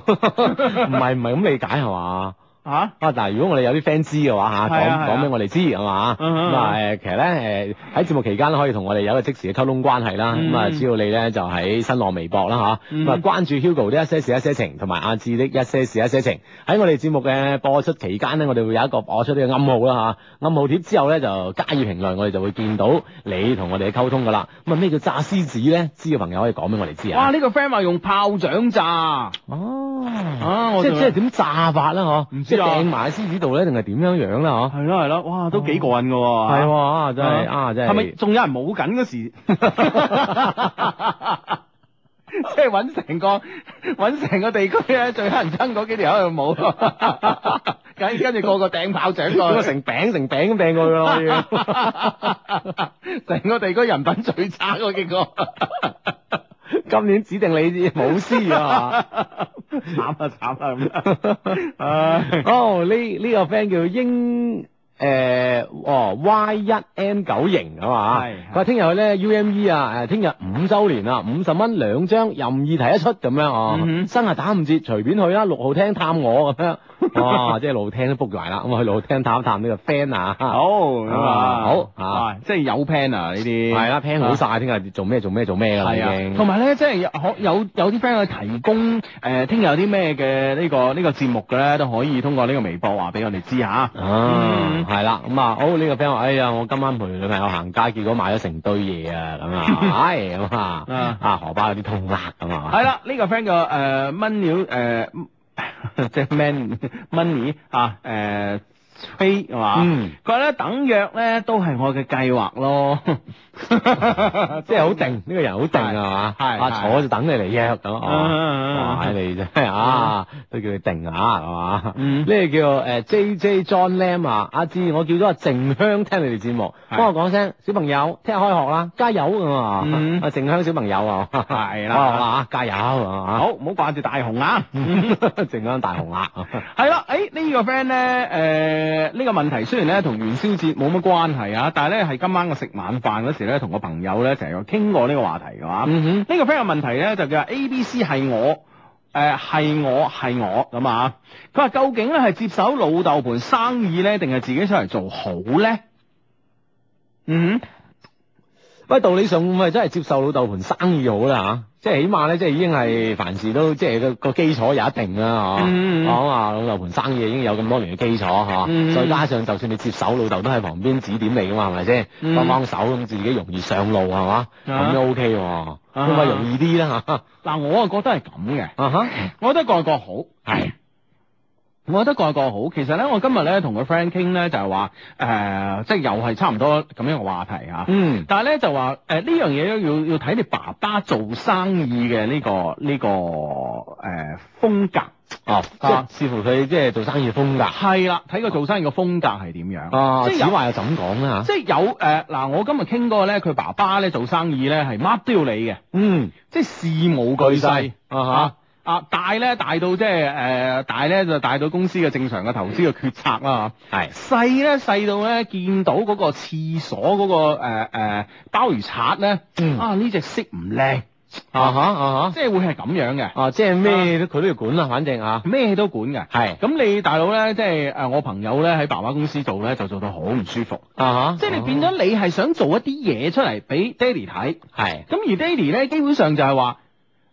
Speaker 4: 係唔係咁理解係嘛？
Speaker 1: 嚇，
Speaker 4: 啊嗱，如果我哋有啲 friend 知嘅話嚇，
Speaker 1: 係啊係
Speaker 4: 講
Speaker 1: 啊
Speaker 4: 講俾我哋知係嘛？
Speaker 1: 嗯嗯
Speaker 4: 咁啊誒，其實咧誒喺節目期間可以同我哋有一個即時嘅溝通關係啦。
Speaker 1: 嗯
Speaker 4: 咁啊，只要你咧就喺新浪微博啦嚇，
Speaker 1: 嗯
Speaker 4: 咁啊關注 Hugo 的一些事一些情同埋阿志的一些事一些情。喺我哋節目嘅播出期間咧，我哋會有一個播出呢個暗號啦嚇。暗號貼之後咧就加以評論，我哋就會見到你同我哋嘅溝通噶啦。咁啊咩叫炸獅子咧？知嘅朋友可以講俾我哋知
Speaker 1: 哇！
Speaker 4: 啊。
Speaker 1: 呢個 friend 話用炮仗炸
Speaker 4: 哦。
Speaker 1: 啊，我
Speaker 4: 即係
Speaker 1: 仲
Speaker 4: 即係點炸法啦？
Speaker 1: 唔
Speaker 4: 嗬，
Speaker 1: 知
Speaker 4: 即
Speaker 1: 知
Speaker 4: 係
Speaker 1: 啊
Speaker 4: 掟埋喺獅子度咧，定係點樣樣啦？
Speaker 1: 係咯係咯，哇，都幾過癮噶
Speaker 4: 嗬，
Speaker 1: 哦喎。
Speaker 4: 係喎，啊真係啊真係，
Speaker 1: 係咪仲有人冇緊嗰 時？即係揾成個揾成個地區咧，最乞人憎嗰幾條喺度冇，跟跟住個個掟炮仗
Speaker 4: 咁啊
Speaker 1: 過去，
Speaker 4: 成餅成餅咁掟過去 啦可
Speaker 1: 成
Speaker 4: 以？
Speaker 1: 個地區人品最差嗰幾個，
Speaker 4: 今年指定你冇師啊！
Speaker 1: 慘啊慘啊咁。唉
Speaker 4: 哦，呢呢個 friend 叫英。誒、哦，Y 一 M 九型啊嘛，
Speaker 1: 係
Speaker 4: 佢話聽日咧 UME 啊，誒聽日五週年啊，五十蚊兩張，任意提一出咁樣哦，
Speaker 1: 嗯哼
Speaker 4: 生日打五折，隨便去啦，六號廳 探我咁樣，哇，即係六號廳都 book 埋啦，咁去六號廳探一探呢個 friend 啊，
Speaker 1: 好咁啊，
Speaker 4: 啊好啊
Speaker 1: 啊，即係有 plan 啊呢啲，
Speaker 4: 係啦，plan 好晒，聽日做咩做咩做咩㗎啦已
Speaker 1: 係
Speaker 4: 經
Speaker 1: 啊，同，埋咧，即係有可有有啲 friend 去提供誒，聽日有啲咩嘅呢個呢個節目嘅咧，都可以通過呢個微博話俾我哋知嚇。
Speaker 4: 啊
Speaker 1: 嗯，
Speaker 4: 係啦，咁啊，哦呢個 friend 話，哎呀，我今晚陪女朋友行街，結果買咗成堆嘢啊，咁 啊，唉，咁啊
Speaker 1: 啊，
Speaker 4: 啊荷包有啲痛啦，咁啊，
Speaker 1: 係啦，呢個 friend 嘅誒蚊料誒，呃 即係 man money 啊誒。飛係嘛？
Speaker 4: 嗯
Speaker 1: 佢話咧等約咧都係我嘅計劃咯，
Speaker 4: 即係好定，呢個人好定啊嘛，
Speaker 1: 係
Speaker 4: 啊
Speaker 1: 係
Speaker 4: 坐就等你嚟約咁啊，
Speaker 1: 嗯
Speaker 4: 哇，你真係啊，都叫你定啊，係嘛？
Speaker 1: 嗯
Speaker 4: 呢個叫誒 J J John Lam 啊，阿志，我叫咗阿靜香聽你哋節目，
Speaker 1: 係
Speaker 4: 幫我講聲，小朋友，聽日開學啦，加油咁啊
Speaker 1: 嗯！
Speaker 4: 阿靜香小朋友啊，
Speaker 1: 係啦
Speaker 4: 開學啦，加油啊！
Speaker 1: 好，唔好掛住大雄啊！
Speaker 4: 靜香大啊紅啦，
Speaker 1: 係啦，誒、呢、個 friend 咧，誒、呢、個問題雖然咧同元宵節冇乜關係啊，但係咧係今晚我食晚飯嗰時咧，同個朋友咧成日傾過呢個話題嘅話，呢、
Speaker 4: 嗯
Speaker 1: 個 friend 嘅問題咧就叫 A、B、C 係我。誒係、我係我咁啊！佢話究竟咧係接手老豆盤生意咧，定係自己出嚟做好咧？嗯
Speaker 4: 哼，喂，道理上咪真係接受老豆盤生意好啦嚇，即係起碼咧，即係已經係凡事都即係個個基礎有一定啦嚇，
Speaker 1: 嗯嗯嗯
Speaker 4: 講話老豆盤生意已經有咁多年嘅基礎
Speaker 1: 嗯
Speaker 4: 嚇，再加上就算你接手老豆都喺旁邊指點你噶嘛，係咪先？
Speaker 1: 嗯
Speaker 4: 幫幫手咁自己容易上路係嘛，
Speaker 1: 啊
Speaker 4: 咁都 OK 喎，咁咪容易啲啦嚇，
Speaker 1: 哼，嗱，我啊覺得係咁嘅，
Speaker 4: 啊哈，
Speaker 1: 我覺得各有各好。
Speaker 4: 係，
Speaker 1: 我覺得各有各好。其實咧，我今日咧同個 friend 傾咧，就係話誒，即係又係差唔多咁樣嘅話題啊。
Speaker 4: 嗯
Speaker 1: 但係咧就話誒呢樣嘢咧要要睇你爸爸做生意嘅呢、個呢、個誒、呃、風格，
Speaker 4: 哦，即
Speaker 1: 啊
Speaker 4: 係視乎佢即係做生意嘅風格，
Speaker 1: 係啦，睇佢做生意嘅風格係點樣。
Speaker 4: 哦，
Speaker 1: 即係
Speaker 4: 此
Speaker 1: 有
Speaker 4: 話又就咁講啦嚇，
Speaker 1: 即係有誒呃嗱、我今日傾過咧，佢爸爸咧做生意咧係乜都要理嘅，
Speaker 4: 嗯，
Speaker 1: 即係事無巨細
Speaker 4: 啊哈
Speaker 1: 啊。啊！大咧大到即係誒大咧就大到公司嘅正常嘅投資嘅決策啦啊
Speaker 4: 係。
Speaker 1: 細咧細到咧見到嗰個廁所嗰、個誒誒、呃呃鮑魚刷咧，
Speaker 4: 嗯
Speaker 1: 啊呢只色唔靚，
Speaker 4: 啊哈啊
Speaker 1: 即係會係咁樣嘅，
Speaker 4: 哈，啊即係咩都佢都要管啦，反正啊，
Speaker 1: 咩都管嘅。
Speaker 4: 係
Speaker 1: 咁你大佬咧，即係誒我朋友咧喺爸爸公司做咧，就做到好唔舒服。
Speaker 4: 啊哈，啊
Speaker 1: 即係你變咗你係想做一啲嘢出嚟俾爹哋睇，
Speaker 4: 係
Speaker 1: 咁而爹哋咧基本上就係話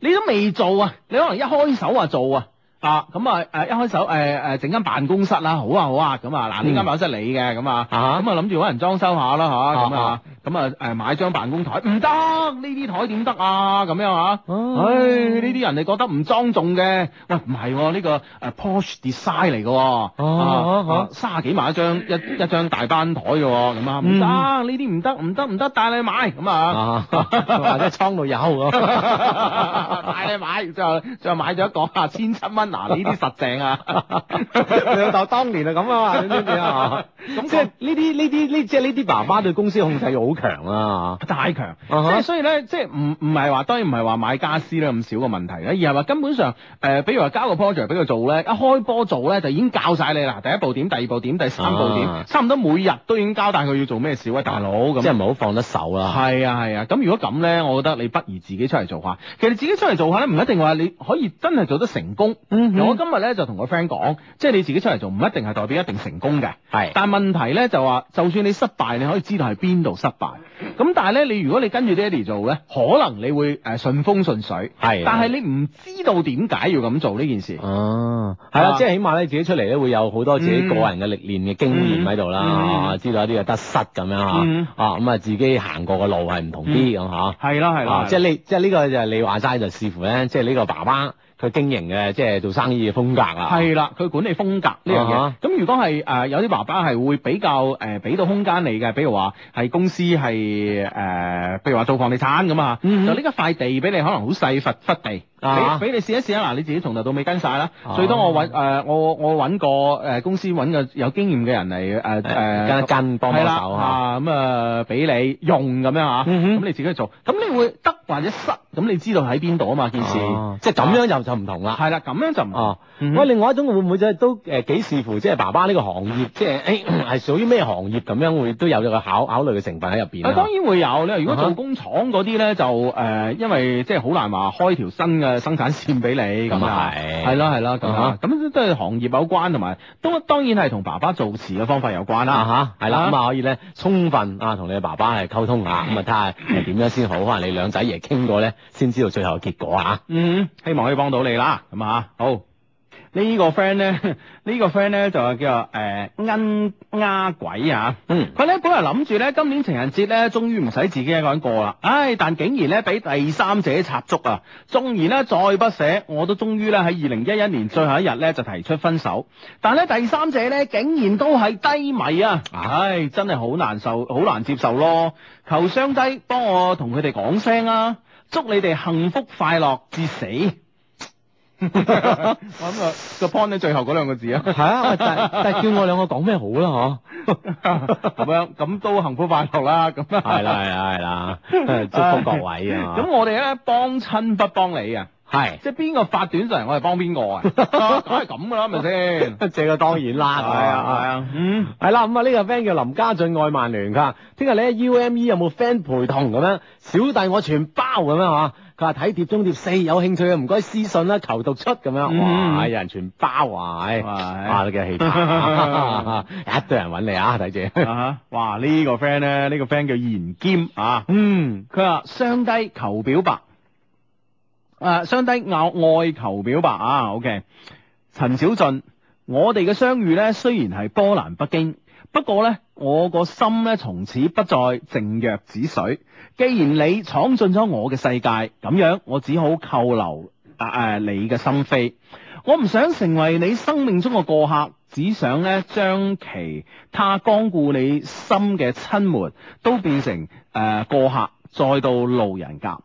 Speaker 1: 你都未做啊，你可能一開手啊做啊。啊，咁啊，誒一開手，誒、誒整間辦公室啦，好啊好啊，咁啊，嗱呢間辦公室你嘅，咁啊，
Speaker 4: 嗯啊
Speaker 1: 咁啊諗住揾人裝修下啦嚇，咁
Speaker 4: 啊
Speaker 1: 啊咁啊誒買張辦公台唔得，呢啲台點得啊咁樣啊，唉
Speaker 4: 哦
Speaker 1: 呢啲人哋覺得唔莊重嘅，喂唔係喎呢個誒 Porsche Design 嚟嘅喎，
Speaker 4: 哦
Speaker 1: 啊啊卅幾萬一張一一張大班台嘅喎，咁啊唔
Speaker 4: 嗯
Speaker 1: 得呢啲唔得唔得唔得，帶你去買咁啊。
Speaker 4: 啊， 或者倉度有咁，
Speaker 1: 帶你買，最後最後買咗一個啊，千七蚊嗱，呢啲實正啊！
Speaker 4: 你 老豆當年就咁啊嘛，你知唔知 啊？咁即係呢啲呢啲呢，即係呢啲爸爸對公司控制欲好強啊！
Speaker 1: 太強，即
Speaker 4: 啊哈
Speaker 1: 係所以咧，即係唔唔係話當然唔係話買家私咧咁少嘅問題咧，而係話根本上誒、呃比如話交個 project 俾佢做咧，一開波做咧就已經教晒你啦，第一步點，第二步點，第三步點，
Speaker 4: 啊
Speaker 1: 差唔多每日都已經交代佢要做咩事喂，大佬咁。
Speaker 4: 即係唔係好放得手啦。
Speaker 1: 係啊係啊，咁如果咁咧，我覺得你不如自己出嚟做下。其實你自己出嚟做下咧，唔一定話你可以真係做得成功。
Speaker 4: 嗯哼
Speaker 1: 我今日咧就同個 friend 講，即係你自己出嚟做，唔一定係代表一定成功嘅。
Speaker 4: 係
Speaker 1: 但問題咧就話，就算你失敗，你可以知道係邊度失敗。咁但係咧，你如果你跟住爹哋做咧，可能你會誒順風順水。
Speaker 4: 係
Speaker 1: 但係你唔知道點解要咁做呢件事。
Speaker 4: 哦，係啦，
Speaker 1: 啊
Speaker 4: 即係起碼咧，自己出嚟咧會有好多自己
Speaker 1: 嗯
Speaker 4: 個人嘅歷練嘅經驗喺度啦，
Speaker 1: 嗯
Speaker 4: 啊知道一啲嘅得失咁樣
Speaker 1: 嗯
Speaker 4: 啊，啊咁啊自己行過嘅路係唔同啲咁嚇。
Speaker 1: 係啦係
Speaker 4: 啊
Speaker 1: 啦，，
Speaker 4: 即係呢，即係呢個就係你話齋，就視乎咧，即係呢個爸爸佢經營嘅即係做生意嘅風格啊。
Speaker 1: 係啦，佢管理風格呢樣
Speaker 4: 啊
Speaker 1: 嘢。咁如果係誒有啲爸爸係會比較誒俾到空間你嘅，比如話係公司係誒，譬如話做房地產咁啊，就
Speaker 4: 嗯
Speaker 1: 呢一塊地俾你可能好細忽忽地，
Speaker 4: 啊
Speaker 1: 俾俾你試一試啊！嗱，你自己從頭到尾跟晒啦
Speaker 4: 啊。
Speaker 1: 最多我揾誒我我揾個誒公司揾個有經驗嘅人嚟誒誒
Speaker 4: 跟一跟幫幫
Speaker 1: 係啦
Speaker 4: 手嚇。
Speaker 1: 啊咁啊俾你用咁樣嚇，
Speaker 4: 嗯
Speaker 1: 咁
Speaker 4: 哼
Speaker 1: 你自己去做，咁你會得或者失，咁你知道喺邊度啊嘛件事。
Speaker 4: 哦即係咁樣就就唔同啦。
Speaker 1: 係啦，咁樣就唔
Speaker 4: 哦，
Speaker 1: 嗯
Speaker 4: 喂，另外一種會唔會就係都誒幾視乎即係爸爸呢個行業，即係誒係屬於咩行業咁樣會都有咗個考考慮嘅成分喺入邊
Speaker 1: 啊，
Speaker 4: 啦
Speaker 1: 當。然會有咧。如果
Speaker 4: 啊哈
Speaker 1: 做工廠嗰啲咧，就誒、呃因為即係好難話開條新嘅生產線俾你咁
Speaker 4: 咁
Speaker 1: 啊
Speaker 4: 啊，係
Speaker 1: 係啦係啦咁
Speaker 4: 啊
Speaker 1: 啊，咁都係行業有關，同埋都當然係同爸爸做事嘅方法有關啦。
Speaker 4: 啊嚇，
Speaker 1: 啊
Speaker 4: 係啦，咁啊可以咧充分啊同你嘅爸爸係溝通下，咁啊睇下係點樣先好，可能你兩仔爺傾過咧，先知道最後嘅結果啊。
Speaker 1: 嗯，希望可以幫到你啦，咁啊，好。呢個 friend 咧，呢 個 friend 咧就係叫誒奀丫鬼啊！
Speaker 4: 嗯，
Speaker 1: 佢咧本來諗住咧今年情人節咧，終於唔使自己一個人過啦。唉，但竟然咧俾第三者插足啊！縱然咧再不捨，我都終於咧喺二零一一年最後一日咧就提出分手。但咧第三者咧竟然都係低迷啊！唉，真係好難受，好難接受咯。求相低幫我同佢哋講聲啊！祝你哋幸福快樂至 死。我諗個個 point 咧最後嗰兩個字 啊。
Speaker 4: 係啊，喂但但叫我兩個講咩好啦，
Speaker 1: 咁樣咁都幸福快樂啦，咁啊
Speaker 4: 嗬？係啦，係啦， 係啦，祝福各位啊！
Speaker 1: 咁我哋咧幫親不幫你啊，
Speaker 4: 係。
Speaker 1: 即係邊個發短信嚟，我哋幫邊個 啊，梗係咁噶啦，係咪先？
Speaker 4: 這個當然啦，
Speaker 1: 係啊係啊，嗯，
Speaker 4: 係啦，咁啊呢個 friend 叫林家俊愛曼聯，佢話聽日咧 UME E 有冇 friend 陪同咁樣？小弟我全包咁樣啊！佢話睇碟中碟四有興趣嘅唔該私信啦，求讀出咁樣。
Speaker 1: 嗯
Speaker 4: 哇！有人全包啊！唉
Speaker 1: 哇
Speaker 4: 哇！你嘅 氣派， 一堆人揾你啊，睇住。
Speaker 1: 啊哈哇！呢個 friend 咧，呢個 friend 叫賢兼啊。
Speaker 4: 嗯，
Speaker 1: 佢話雙低求表白，啊，雙低咬愛求表白啊，OK。陳小俊，我哋嘅相遇呢，雖然係波蘭北京，不過呢，我個心呢，從此不再靜若止水。既然你闖進咗我嘅世界，咁樣我只好扣留啊啊你嘅心扉。我唔想成為你生命中嘅過客，只想呢將其他光顧你心嘅親們都變成誒、呃、過客，再到路人甲。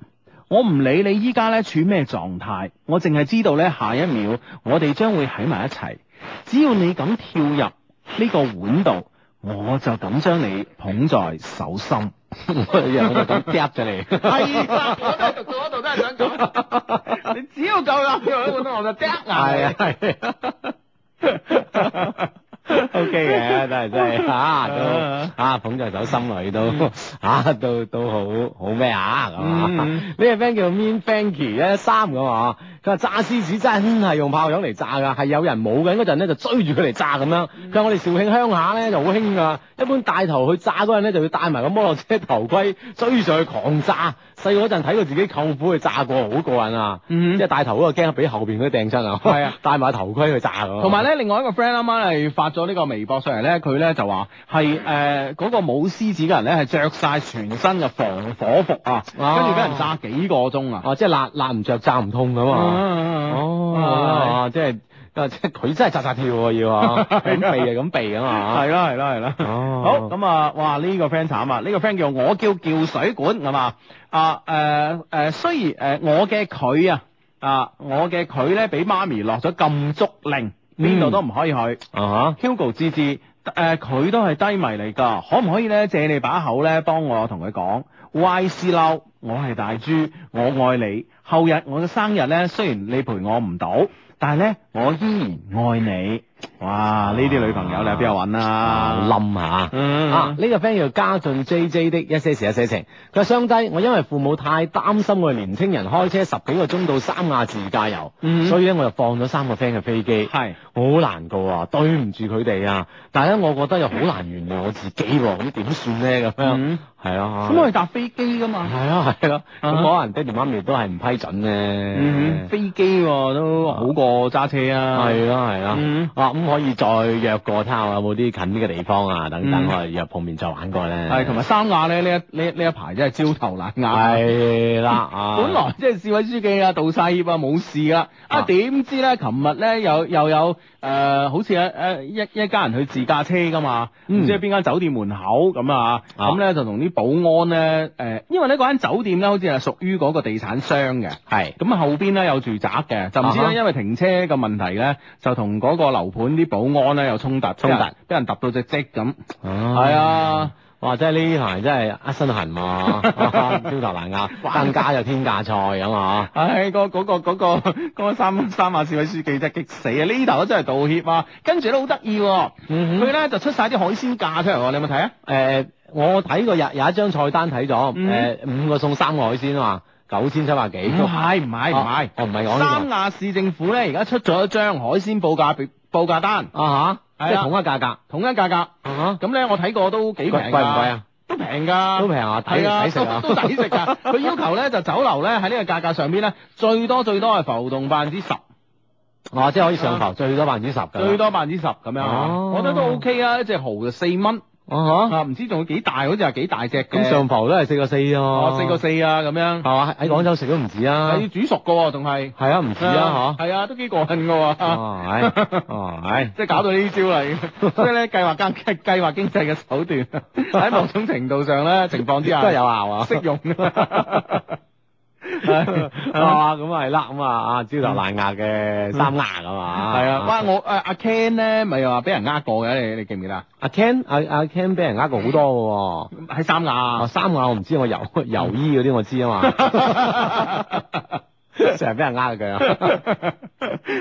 Speaker 1: 我唔理你依家呢處咩狀態，我淨係知道呢下一秒我哋將會喺埋一齊。只要你敢跳入呢個碗度，我就敢將你捧在手心。
Speaker 4: 我又我就咁嗒咗你。
Speaker 1: 係啊啦，哎我喺讀到嗰度都係想咁。 你只要夠啦，我我就嗒
Speaker 4: 係啊係啊。O K 嘅，真係真 係啊，都啊捧在手心裏都啊，都都好好咩啊咁啊！
Speaker 1: 嗯
Speaker 4: 呢個 friend 叫 Mean Fanky 咧三咁啊，佢話炸獅子真係用炮仗嚟炸㗎，係有人冇緊嗰陣咧就追住佢嚟炸咁樣。
Speaker 1: 嗯
Speaker 4: 佢話我哋肇慶鄉下咧就好興㗎，一般帶頭去炸嗰陣咧就要戴埋個摩托車頭盔追上去狂炸。細個嗰陣睇過自己舅父去炸過，好過癮啊！
Speaker 1: 嗯
Speaker 4: 即係戴頭嗰個驚俾後邊嗰啲掟親啊，
Speaker 1: 係啊，
Speaker 4: 戴埋頭盔去炸咁啊。
Speaker 1: 同埋咧，另外一個 friend 啱啱係發咗呢個微博上嚟咧，佢咧就話係誒嗰個舞獅子嘅人咧係着晒全身嘅防火服啊，
Speaker 4: 啊
Speaker 1: 跟住俾人炸幾個鐘啊！
Speaker 4: 哦，即係辣辣唔着，炸唔痛咁啊！
Speaker 1: 嗯哦，
Speaker 4: 哦，即係啊即係佢真係扎扎跳喎，要啊， 咁避就咁避咁啊！
Speaker 1: 係啦係啦係啦。
Speaker 4: 哦
Speaker 1: 好咁啊，哇！呢個 friend 慘啊，呢個 friend 叫我叫叫水管係嘛啊誒誒，雖然誒我嘅佢啊啊我嘅佢咧俾媽咪落咗禁足令，
Speaker 4: 嗯
Speaker 1: 邊度都唔可以去。
Speaker 4: 啊
Speaker 1: Hugo 芝芝，誒、佢都係低迷嚟㗎，可唔可以咧借你把口咧幫我同佢講？Y 師嬲，我係大豬，我愛你。後日我嘅生日咧，雖然你陪我唔到，但係咧我依然愛你。哇！呢啲女朋友你喺邊度揾
Speaker 4: 嚇
Speaker 1: 啊？
Speaker 4: 冧下。
Speaker 1: 嗯
Speaker 4: 啊！呢、個 friend 叫家俊 J J 的一些事一些情，佢話相低，我因為父母太擔心我哋年青人開車十幾個鐘到三亞自駕遊，
Speaker 1: 嗯
Speaker 4: 所以咧我就放咗三個 friend 嘅飛機。
Speaker 1: 係
Speaker 4: 我好難過啊，對唔住佢哋啊，但係咧我覺得又好難原諒我自己喎、咁點算咧咁樣
Speaker 1: 嗯？
Speaker 4: 係啊，
Speaker 1: 咁我哋搭飛機㗎嘛。
Speaker 4: 係啊係咯，
Speaker 1: 啊
Speaker 4: 咁可能爹哋媽咪都係唔批准咧。
Speaker 1: 嗯嗯，飛機喎都好過揸車啊。
Speaker 4: 嗯係啦係啦
Speaker 1: 嗯，
Speaker 4: 啊咁可以再約過他，有冇啲近啲嘅地方啊？等等，
Speaker 1: 嗯
Speaker 4: 我哋約碰面再玩過咧。
Speaker 1: 係同埋三亞咧呢一呢一呢一排真係焦頭爛額。
Speaker 4: 係啊啦，啊
Speaker 1: 本來即係市委書記啊、杜晒業啊冇事啊，啊
Speaker 4: 啊
Speaker 1: 點知咧，琴日咧又又有誒、呃好似誒誒一一家人去自駕車噶嘛，唔
Speaker 4: 嗯
Speaker 1: 知喺邊間酒店門口咁啊，
Speaker 4: 啊
Speaker 1: 咁咧就同啲保安咧誒、呃因為呢嗰間酒店咧好似係屬於嗰個地產商嘅。
Speaker 4: 係
Speaker 1: 咁啊後邊咧有住宅嘅，就唔知咧
Speaker 4: 啊哈
Speaker 1: 因為停車嘅問題咧，就同嗰個樓盤啲保安咧有衝突，
Speaker 4: 衝突
Speaker 1: 俾人俾人揼到隻積咁，係
Speaker 4: 係
Speaker 1: 啊。
Speaker 4: 哇！真係呢排真係一 身痕喎， 焦頭爛額，更加有天價菜咁啊！
Speaker 1: 唉，嗰嗰、個嗰、個嗰、個三三亞市委書記真係激死啊！呢頭真係道歉啊，跟住咧好得意喎，
Speaker 4: 嗯
Speaker 1: 佢咧就出晒啲海鮮價出嚟喎，你有冇睇啊？
Speaker 4: 誒，呃我睇過有有一張菜單睇咗，
Speaker 1: 嗯
Speaker 4: 誒五個送三個海鮮啊嘛，九千七百幾
Speaker 1: 唔。係唔係唔係
Speaker 4: 啊，我唔係講
Speaker 1: 三
Speaker 4: 呢
Speaker 1: 亞市政府咧而家出咗一張海鮮報價表報價單，
Speaker 4: 個啊
Speaker 1: 係啊嗯
Speaker 4: 嚇，即係同一價格啊
Speaker 1: 同一價格。
Speaker 4: 嚇，
Speaker 1: 咁咧我睇過都幾平㗎
Speaker 4: 貴貴唔貴啊？
Speaker 1: 都平㗎，
Speaker 4: 都平啊，睇
Speaker 1: 係啊，
Speaker 4: 睇食啊，
Speaker 1: 都都抵食㗎。佢要求咧就酒樓咧喺呢個價格上邊咧最多最多係浮動百分之十。
Speaker 4: 哦，即係可以上浮最多百分之十㗎啦，
Speaker 1: 嗯最多百分之十咁樣啊，
Speaker 4: 哦
Speaker 1: 我覺得都 OK 啊，一隻蠔就四蚊
Speaker 4: 啊嚇
Speaker 1: 啊，唔知仲有幾大，好似係幾大隻嘅
Speaker 4: 咁上浮都係四個四喎，
Speaker 1: 哦四個四啊咁樣，
Speaker 4: 係嘛？喺廣州食都唔止啊
Speaker 1: 係，要煮熟嘅喎，仲係
Speaker 4: 係啊，唔止啊
Speaker 1: 係啊，都幾過癮嘅
Speaker 4: 嚇，
Speaker 1: 喎。
Speaker 4: 哦係，哦 係。
Speaker 1: 即係搞到呢招嚟， 所以咧計劃經計劃經濟嘅手段喺某種程度上咧情況之下
Speaker 4: 都係有效啊，
Speaker 1: 適 用。
Speaker 4: 係嘛？咁啊係啦，咁啊啊焦頭爛額嘅三牙咁啊，
Speaker 1: 係啊，哇！我誒阿 Ken 咧，咪又話俾人呃過嘅，你你記唔記得啊？
Speaker 4: 阿 Ken 阿阿 Ken 俾人呃過好多嘅喎。
Speaker 1: 喺三
Speaker 4: 啊，
Speaker 1: 亞，
Speaker 4: 三牙我唔知，我油油醫嗰啲我知啊嘛， 成日俾人呃 佢啊，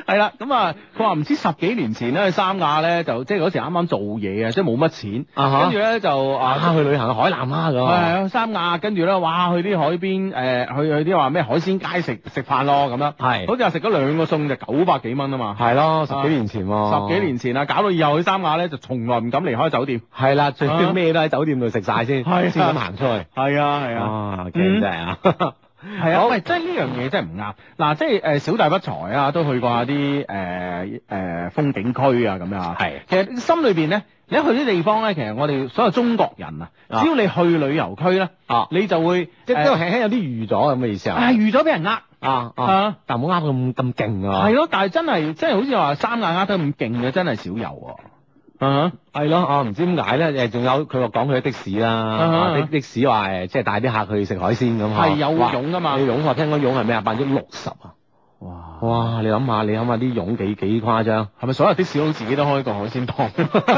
Speaker 1: 係啦，咁啊，佢話唔知十幾年前咧，去三亞咧就即係嗰時啱啱做嘢啊，即係冇乜錢，
Speaker 4: 啊哈
Speaker 1: 跟住咧就
Speaker 4: 啊
Speaker 1: 啊。
Speaker 4: 去旅行去海南啊咁
Speaker 1: 係
Speaker 4: 啊，
Speaker 1: 係去三亞，跟住咧，哇！去啲海邊，誒、去去啲話咩海鮮街食食飯咯，咁樣，
Speaker 4: 係
Speaker 1: 好似話食咗兩個餸就九百幾蚊啊嘛，
Speaker 4: 係咯，十幾年前喎，
Speaker 1: 十幾年前啊，搞到以後去三亞咧就從來唔敢離開酒店。
Speaker 4: 係啦，最
Speaker 1: 啊
Speaker 4: 緊咩都喺酒店度食晒先，
Speaker 1: 係啊
Speaker 4: 先咁行出去，
Speaker 1: 係啊，係
Speaker 4: 啊，Ken
Speaker 1: 嗯
Speaker 4: 真係啊，
Speaker 1: 係啊，
Speaker 4: 好
Speaker 1: 喂，真係呢樣嘢真係唔啱。嗱，即係誒小弟不才啊，都去過下啲誒誒風景區啊咁樣啊。
Speaker 4: 係
Speaker 1: 其實心裏邊咧，你一去啲地方咧，其實我哋所有中國人啊，
Speaker 4: 啊
Speaker 1: 只要你去旅遊區咧，
Speaker 4: 啊
Speaker 1: 你就會
Speaker 4: 即係都
Speaker 1: 係
Speaker 4: 輕輕有啲預咗咁嘅意思啊
Speaker 1: 係，預咗俾人呃。
Speaker 4: 啊
Speaker 1: 啊
Speaker 4: 啊，但唔好呃咁咁勁啊，
Speaker 1: 係咯，但係真係真係好似話三眼呃得咁勁嘅，真係少有喎。嗯
Speaker 4: 係咯，啊唔知點解咧？誒，仲有佢話講佢的士啦，
Speaker 1: 哈
Speaker 4: 啊的的士話誒，即係帶啲客去食海鮮咁哦
Speaker 1: 係有
Speaker 4: 哇
Speaker 1: 佣㗎啊嘛
Speaker 4: 你佣我聽講佣係咩啊？百分之六十啊！
Speaker 1: 哇！
Speaker 4: 哇！你諗下，你諗下啲佣幾幾誇張？
Speaker 1: 係咪所有的士佬自己都開個海 鮮檔？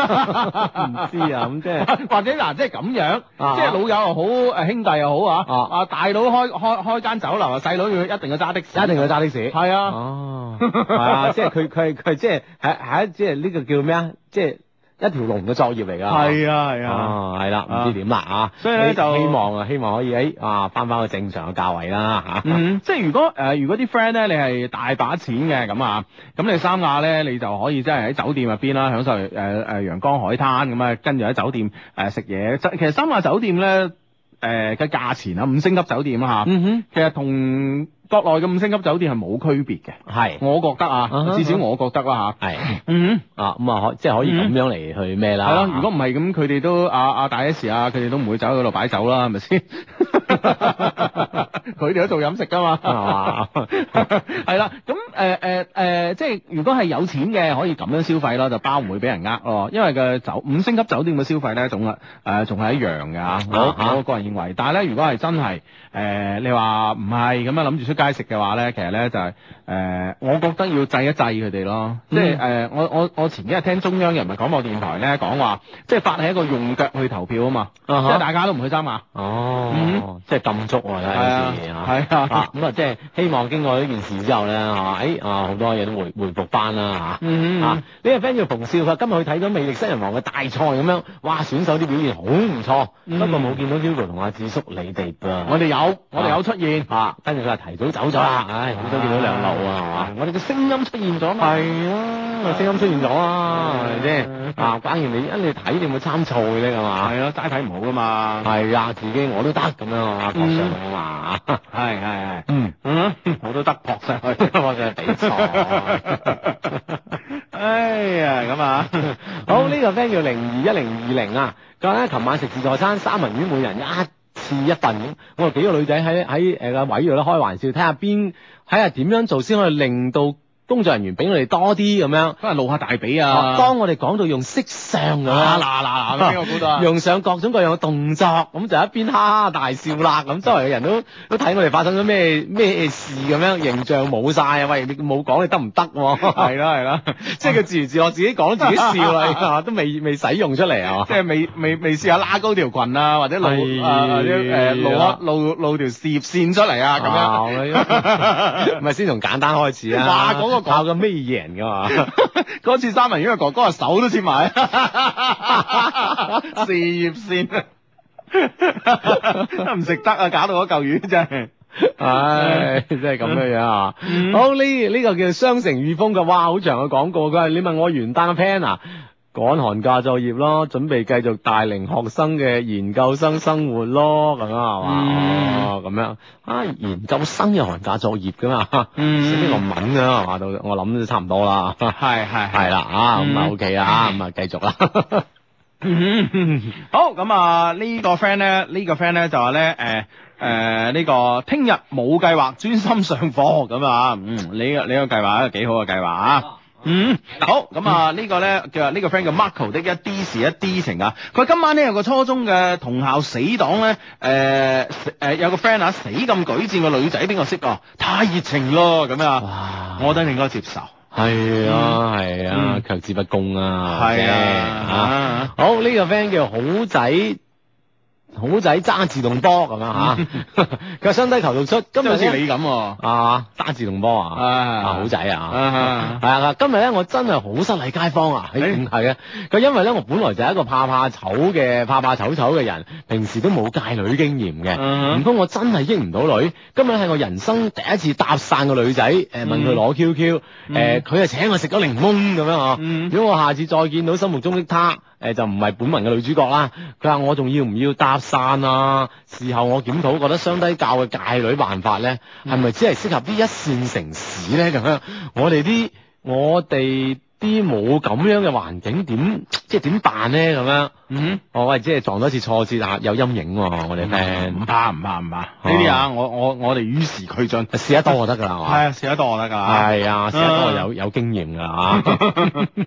Speaker 1: 唔
Speaker 4: 知啊咁 即係
Speaker 1: 或者嗱，即係咁樣，
Speaker 4: 啊
Speaker 1: 即係老友又好，誒兄弟又好啊，
Speaker 4: 啊
Speaker 1: 啊大佬開開開間酒樓啊，細佬要一定要揸的士，
Speaker 4: 一定要揸的士。
Speaker 1: 係啊，
Speaker 4: 哦，係啊，即係佢佢佢即係係係即係呢個叫咩啊？即係一條龍嘅作業嚟㗎。
Speaker 1: 啊係，
Speaker 4: 哦，係啦，
Speaker 1: 啊
Speaker 4: 唔知點啦啊！
Speaker 1: 所以咧
Speaker 4: 希
Speaker 1: 就
Speaker 4: 希望啊，希望可以誒啊翻翻個正常嘅價位啦嚇。
Speaker 1: 嗯，即係如果誒、呃如果啲 friend 咧，你係大把錢嘅咁啊，咁你三亞咧，你就可以即係喺酒店入邊啦，享受誒誒、呃陽光海灘咁啊，跟住喺酒店誒食嘢。其實三亞酒店咧誒嘅價錢啊，五星級酒店啊嚇。
Speaker 3: Ừ
Speaker 4: 嗯哼，
Speaker 1: 其實同國內嘅五星級酒店係冇區別嘅，
Speaker 4: 係
Speaker 1: 我覺得啊，
Speaker 4: 哈
Speaker 1: 至少我覺得啦嚇。
Speaker 4: 係。
Speaker 1: 嗯，
Speaker 4: 啊，咁啊，可即係可以咁樣嚟去咩啦？
Speaker 1: 係咯，如果唔係咁，佢哋都阿阿大 S 啊，佢哋都唔會走去嗰度擺酒啦，係咪先？ 佢哋都做飲食噶嘛，
Speaker 4: 係嘛
Speaker 1: 係啦，咁誒誒誒，即係如果係有錢嘅，可以咁樣消費咯，就包唔會俾人呃咯，因為個酒五星級酒店嘅消費咧，總係誒仲係一樣嘅嚇。
Speaker 4: 啊哈
Speaker 1: 我我個人認為，但係咧，如果係真係誒、呃你話唔係咁樣諗住出街食嘅話咧，其實咧就係、誒、我覺得要制一制佢哋咯，即
Speaker 4: 嗯
Speaker 1: 係誒、呃我我我前幾日聽中央人民廣播電台咧講話，即係發起一個用腳去投票啊嘛，
Speaker 4: 啊
Speaker 1: 即
Speaker 4: 哈
Speaker 1: 係大家都唔去三亞，嗯
Speaker 4: 哦，即係禁足喎，睇
Speaker 1: 啊
Speaker 4: 下件事啊，
Speaker 1: 係啊
Speaker 4: 啊，咁啊，即係希望經過呢件事之後咧，嚇，誒啊，好多嘢都回回復翻啦嚇。
Speaker 1: 嗯
Speaker 4: 啊！呢個 friend 叫馮少，佢話今日去睇咗魅力新人王嘅大賽咁樣，哇！選手啲表現好唔錯，
Speaker 1: 嗯
Speaker 4: 不過冇見到 Hugo 同阿智叔你哋
Speaker 1: 我
Speaker 4: 噃。
Speaker 1: 哋有我哋有出現。
Speaker 4: 啊，跟住佢話提早走咗啦，唉，好早見到兩路啊，係嘛？
Speaker 1: 我哋嘅聲音出現咗嘛？
Speaker 4: 係啊，聲音出現咗啊，係咪先？啊，關鍵你一你睇你有冇參賽咧，係啊嘛？
Speaker 1: 係咯，齋睇唔好噶嘛。
Speaker 4: 係啊，自己我都得咁樣啊，搏上去啊嘛。
Speaker 1: 係係係。
Speaker 4: 嗯，
Speaker 1: 嗯，我都得撲上去，
Speaker 4: 我就係比賽。
Speaker 1: 啊哎呀，咁 啊，
Speaker 4: 好呢、個 friend 叫零二一零二零啊，佢話咧琴晚食自助餐三文魚每人一次一份咁，我哋幾個女仔喺喺誒個位度咧開玩笑，睇下邊睇下點樣做先可以令到工作人員俾我哋多啲咁樣。
Speaker 1: 都係露下大髀啊，
Speaker 4: 啊當我哋講到用色相咁
Speaker 1: 啊嗱
Speaker 4: 樣。
Speaker 1: 嗱嗱，邊個估到啊？
Speaker 4: 用上各種各樣嘅動作，咁就一邊哈哈大笑啦，咁周圍嘅人都 都睇我哋發生咗咩咩事咁樣，形象冇晒啊！喂，你冇講你得唔得喎？
Speaker 1: 係啦係啦，
Speaker 4: 即係佢自娛自樂，自己講自己笑 啦，哎都未未使用出嚟啊！
Speaker 1: 即係未未未試下拉高條裙啊，或者露
Speaker 4: 係
Speaker 1: 啊或者誒露
Speaker 4: 啊
Speaker 1: 開露露條事業線出嚟啊咁
Speaker 4: 樣，咪先從簡單開始啊！
Speaker 1: 哇嗰個講
Speaker 4: 靠個咩贏㗎嘛？
Speaker 1: 樣。嗰次三文魚嘅哥哥個手都切埋， 事業線 唔食得啊，搞到嗰嚿魚真係。
Speaker 4: 唉，真係咁樣樣啊！
Speaker 1: 嗯
Speaker 4: 好呢呢個叫雙城御風嘅，哇，好長嘅廣告。佢話你問我元旦嘅 plan 啊，趕寒假作業咯，準備繼續大齡學生嘅研究生生活咯，咁樣係
Speaker 1: 嗯
Speaker 4: 嘛？哦，咁樣啊，研究生嘅寒假作業㗎嘛，
Speaker 1: 嗯
Speaker 4: 寫啲論文㗎係嘛？到我諗都差唔多啦，
Speaker 1: 係係
Speaker 4: 係啦啊，咁啊
Speaker 1: 嗯
Speaker 4: OK 啊，咁啊繼續啦。
Speaker 1: 嗯 好咁啊，呢個 friend 咧，呢個 friend 咧就話咧，誒誒呢個聽日冇計劃，專心上課咁啊，嗯，你個你個計劃一個幾好嘅計劃啊。嗯，好咁啊！呢個咧叫呢個 friend 叫 Marco 的一啲事一啲情啊。佢今晚咧有個初中嘅同校死黨咧，誒、死誒有個 friend 啊死咁舉薦個女仔，邊個識啊？太熱情咯咁啊！
Speaker 4: 哇
Speaker 1: 我覺得你應該接受。
Speaker 4: 係啊，係啊
Speaker 1: 嗯，
Speaker 4: 強之不公啊，
Speaker 1: 係啊
Speaker 4: 啫
Speaker 1: 啊
Speaker 4: 啊好呢個 friend 叫好仔。好仔揸自動 波咁樣吓，佢話雙低求讀出，今
Speaker 1: 即係
Speaker 4: 日
Speaker 1: 好似
Speaker 4: 咧
Speaker 1: 你咁喎。
Speaker 4: 啊揸自動波啊，
Speaker 1: 啊
Speaker 4: 啊好仔啊，
Speaker 1: 啊
Speaker 4: 係啊，今日咧我真係好失禮街坊啊，
Speaker 1: 哎
Speaker 4: 係係啊，佢因為咧我本來就係一個怕怕醜嘅怕怕醜醜嘅人，平時都冇界女經驗嘅，
Speaker 1: 嗯
Speaker 4: 唔通我真係益唔到女？今日係我人生第一次搭訕個女仔，誒、問佢攞 QQ，誒佢就請我食咗檸檬咁樣哦嗬。
Speaker 1: 嗯
Speaker 4: 如果我下次再見到心目中的她，誒、就唔係本文嘅女主角啦。佢話我仲要唔要搭訕啊？事後我檢討，覺得雙低教嘅界女辦法咧，
Speaker 1: 嗯
Speaker 4: 係咪只係適合啲一線城市咧？咁樣我哋啲我哋啲冇咁樣嘅環境點，即係點辦咧？咁樣。
Speaker 1: 嗯。
Speaker 4: 哦，喂，即係撞多一次挫折啊，有陰影喎、我哋 friend
Speaker 1: 唔怕唔怕唔怕，呢啲啊，我我我哋與時俱 進，
Speaker 4: 試得多就得㗎啦，
Speaker 1: 係
Speaker 4: 係嘛？
Speaker 1: 啊，試得多得㗎啦。
Speaker 4: 係啊，試得
Speaker 1: 嗯
Speaker 4: 多有有經 驗㗎啦嚇。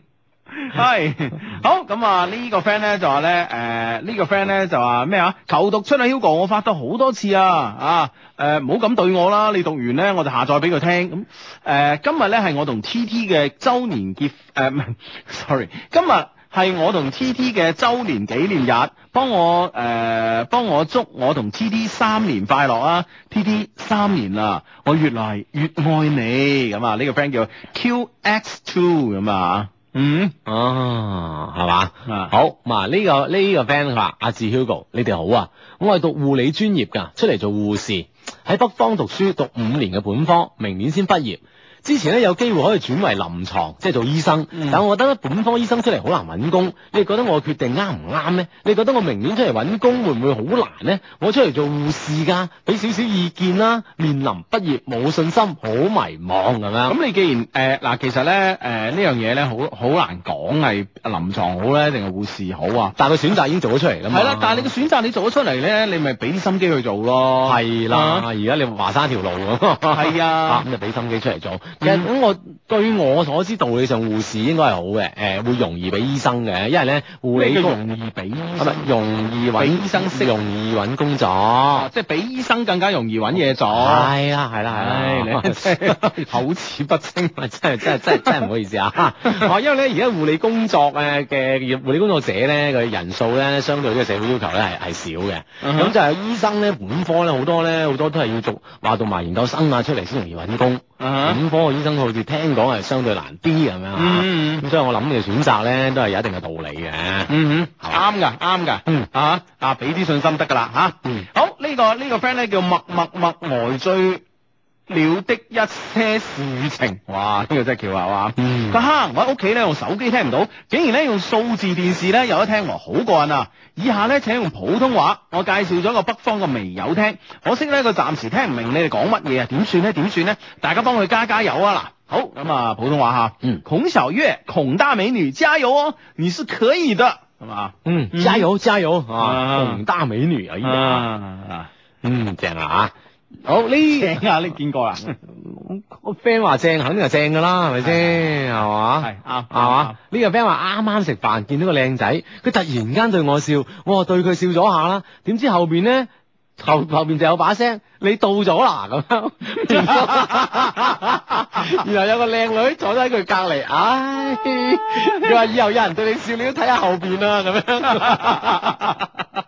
Speaker 1: 係好咁啊！呢個 friend 咧就話咧，誒呢個 friend 咧就話咩啊？求讀出啊，Hugo，我發得好多次啊啊！誒唔好咁對我啦，你讀完咧我就下載俾佢聽。咁、誒今日咧係我同 T T 嘅周年結誒唔係，sorry，今日。係我同 T T 嘅周年紀念日，幫我誒、呃、幫我祝我同 T T 三年快樂啊！T T 三年啦，我越嚟越愛你咁啊！呢、個 friend 叫 Q X Two 咁啊，嗯。
Speaker 4: 啊，係嘛
Speaker 1: 啊？
Speaker 4: 好，嗱呢個呢個 friend 佢話：阿志 Hugo，你哋好啊！我係讀護理專業㗎，出嚟做護士，喺北方讀書讀五年嘅本科，明年先畢業。之前咧有機會可以轉為臨床，即係做醫生，
Speaker 1: 嗯
Speaker 4: 但我覺得咧本科醫生出嚟好難揾工。你哋覺得我嘅決定啱唔啱呢？你覺得我明年出嚟揾工會唔會好難呢？我出嚟做護士㗎，俾少少意見啦。面臨畢業冇信心，好迷茫咁樣。
Speaker 1: 咁你既然誒嗱、其實咧誒呢樣嘢咧，好好難講係臨床好咧，定係護士好啊？
Speaker 4: 但係佢選擇已經做咗出嚟啦嘛。
Speaker 1: 係啦，但係你嘅選擇你做咗出嚟咧，你咪俾啲心機去做咯。
Speaker 4: 係啦，
Speaker 1: 啊，
Speaker 4: 而家你華山條路咁，
Speaker 1: 係啊
Speaker 4: 咁就俾心機出嚟做。其實咁我據我所知，道理上護士應該係好嘅，誒會容易俾醫生嘅，因為咧護理
Speaker 1: 咩叫
Speaker 4: 工
Speaker 1: 容易俾啊醫
Speaker 4: 係咪
Speaker 1: 生？
Speaker 4: 容易揾
Speaker 1: 俾醫生識
Speaker 4: 容易揾工作。
Speaker 1: 啊，即係比醫生更加容易揾嘢做。啊
Speaker 4: 係啦，係啦，
Speaker 1: 唉
Speaker 4: 係啦，
Speaker 1: 你真 係
Speaker 4: 口齒不清， 真係真係真係真係唔好意思啊！ 哦，因為咧而家護理工作誒嘅護理工作者咧，佢人數咧相對呢個社會要求咧係係少嘅。
Speaker 1: 嗯
Speaker 4: 咁
Speaker 1: 哼
Speaker 4: 就係醫生咧，本科咧好多咧好多都係要做話讀埋研究生啊出嚟先容易揾工。
Speaker 1: 啊哈
Speaker 4: 本科嘅醫生好似聽講係相對難啲咁樣啊
Speaker 1: 嗯嗯
Speaker 4: 咁所以我諗你嘅選擇咧都係有一定嘅道理嘅。
Speaker 1: 嗯哼，
Speaker 4: 係嘛
Speaker 1: 啱㗎，啱㗎，
Speaker 4: 嗯
Speaker 1: 啊啊，俾啲信心得㗎啦嚇。
Speaker 4: 嗯
Speaker 1: 好呢、個呢、個 friend 咧叫默默默呆醉了的一些事情，哇！呢、個真係翹下哇！
Speaker 4: 嗯
Speaker 1: 佢哈、我喺屋企咧用手機聽唔到，竟然咧用數字電視咧有得聽喎，好過癮啊！以下咧請用普通話，我介紹咗個北方嘅微友聽，可惜咧佢暫時聽唔明你哋講乜嘢啊，點算咧？點算咧？大家幫佢加加油啊！嗱。好，咁啊，普通话哈，
Speaker 4: 嗯
Speaker 1: 孔小月，孔大美女，加油哦，你是可以的，系嘛？
Speaker 4: 嗯，
Speaker 1: 嗯
Speaker 4: 加油加油
Speaker 1: 啊
Speaker 4: 啊！宏大美女啊，依家，
Speaker 1: 啊，
Speaker 4: 嗯，正啊
Speaker 1: 好呢啊，你见 过啦？系
Speaker 4: 個 friend 話正，肯定係正噶啦，係咪先？係嘛？
Speaker 1: 啱啱
Speaker 4: 啊係嘛？呢個 friend 話啱啱食飯，見到個靚仔，佢突然間對我笑，我對佢笑咗下啦。點知後邊咧，後後邊就有把聲，你到咗啦咁樣。 然後有個靚女坐咗喺佢隔離，唉，佢話以後有人對你笑，你都睇下後邊啦咁樣。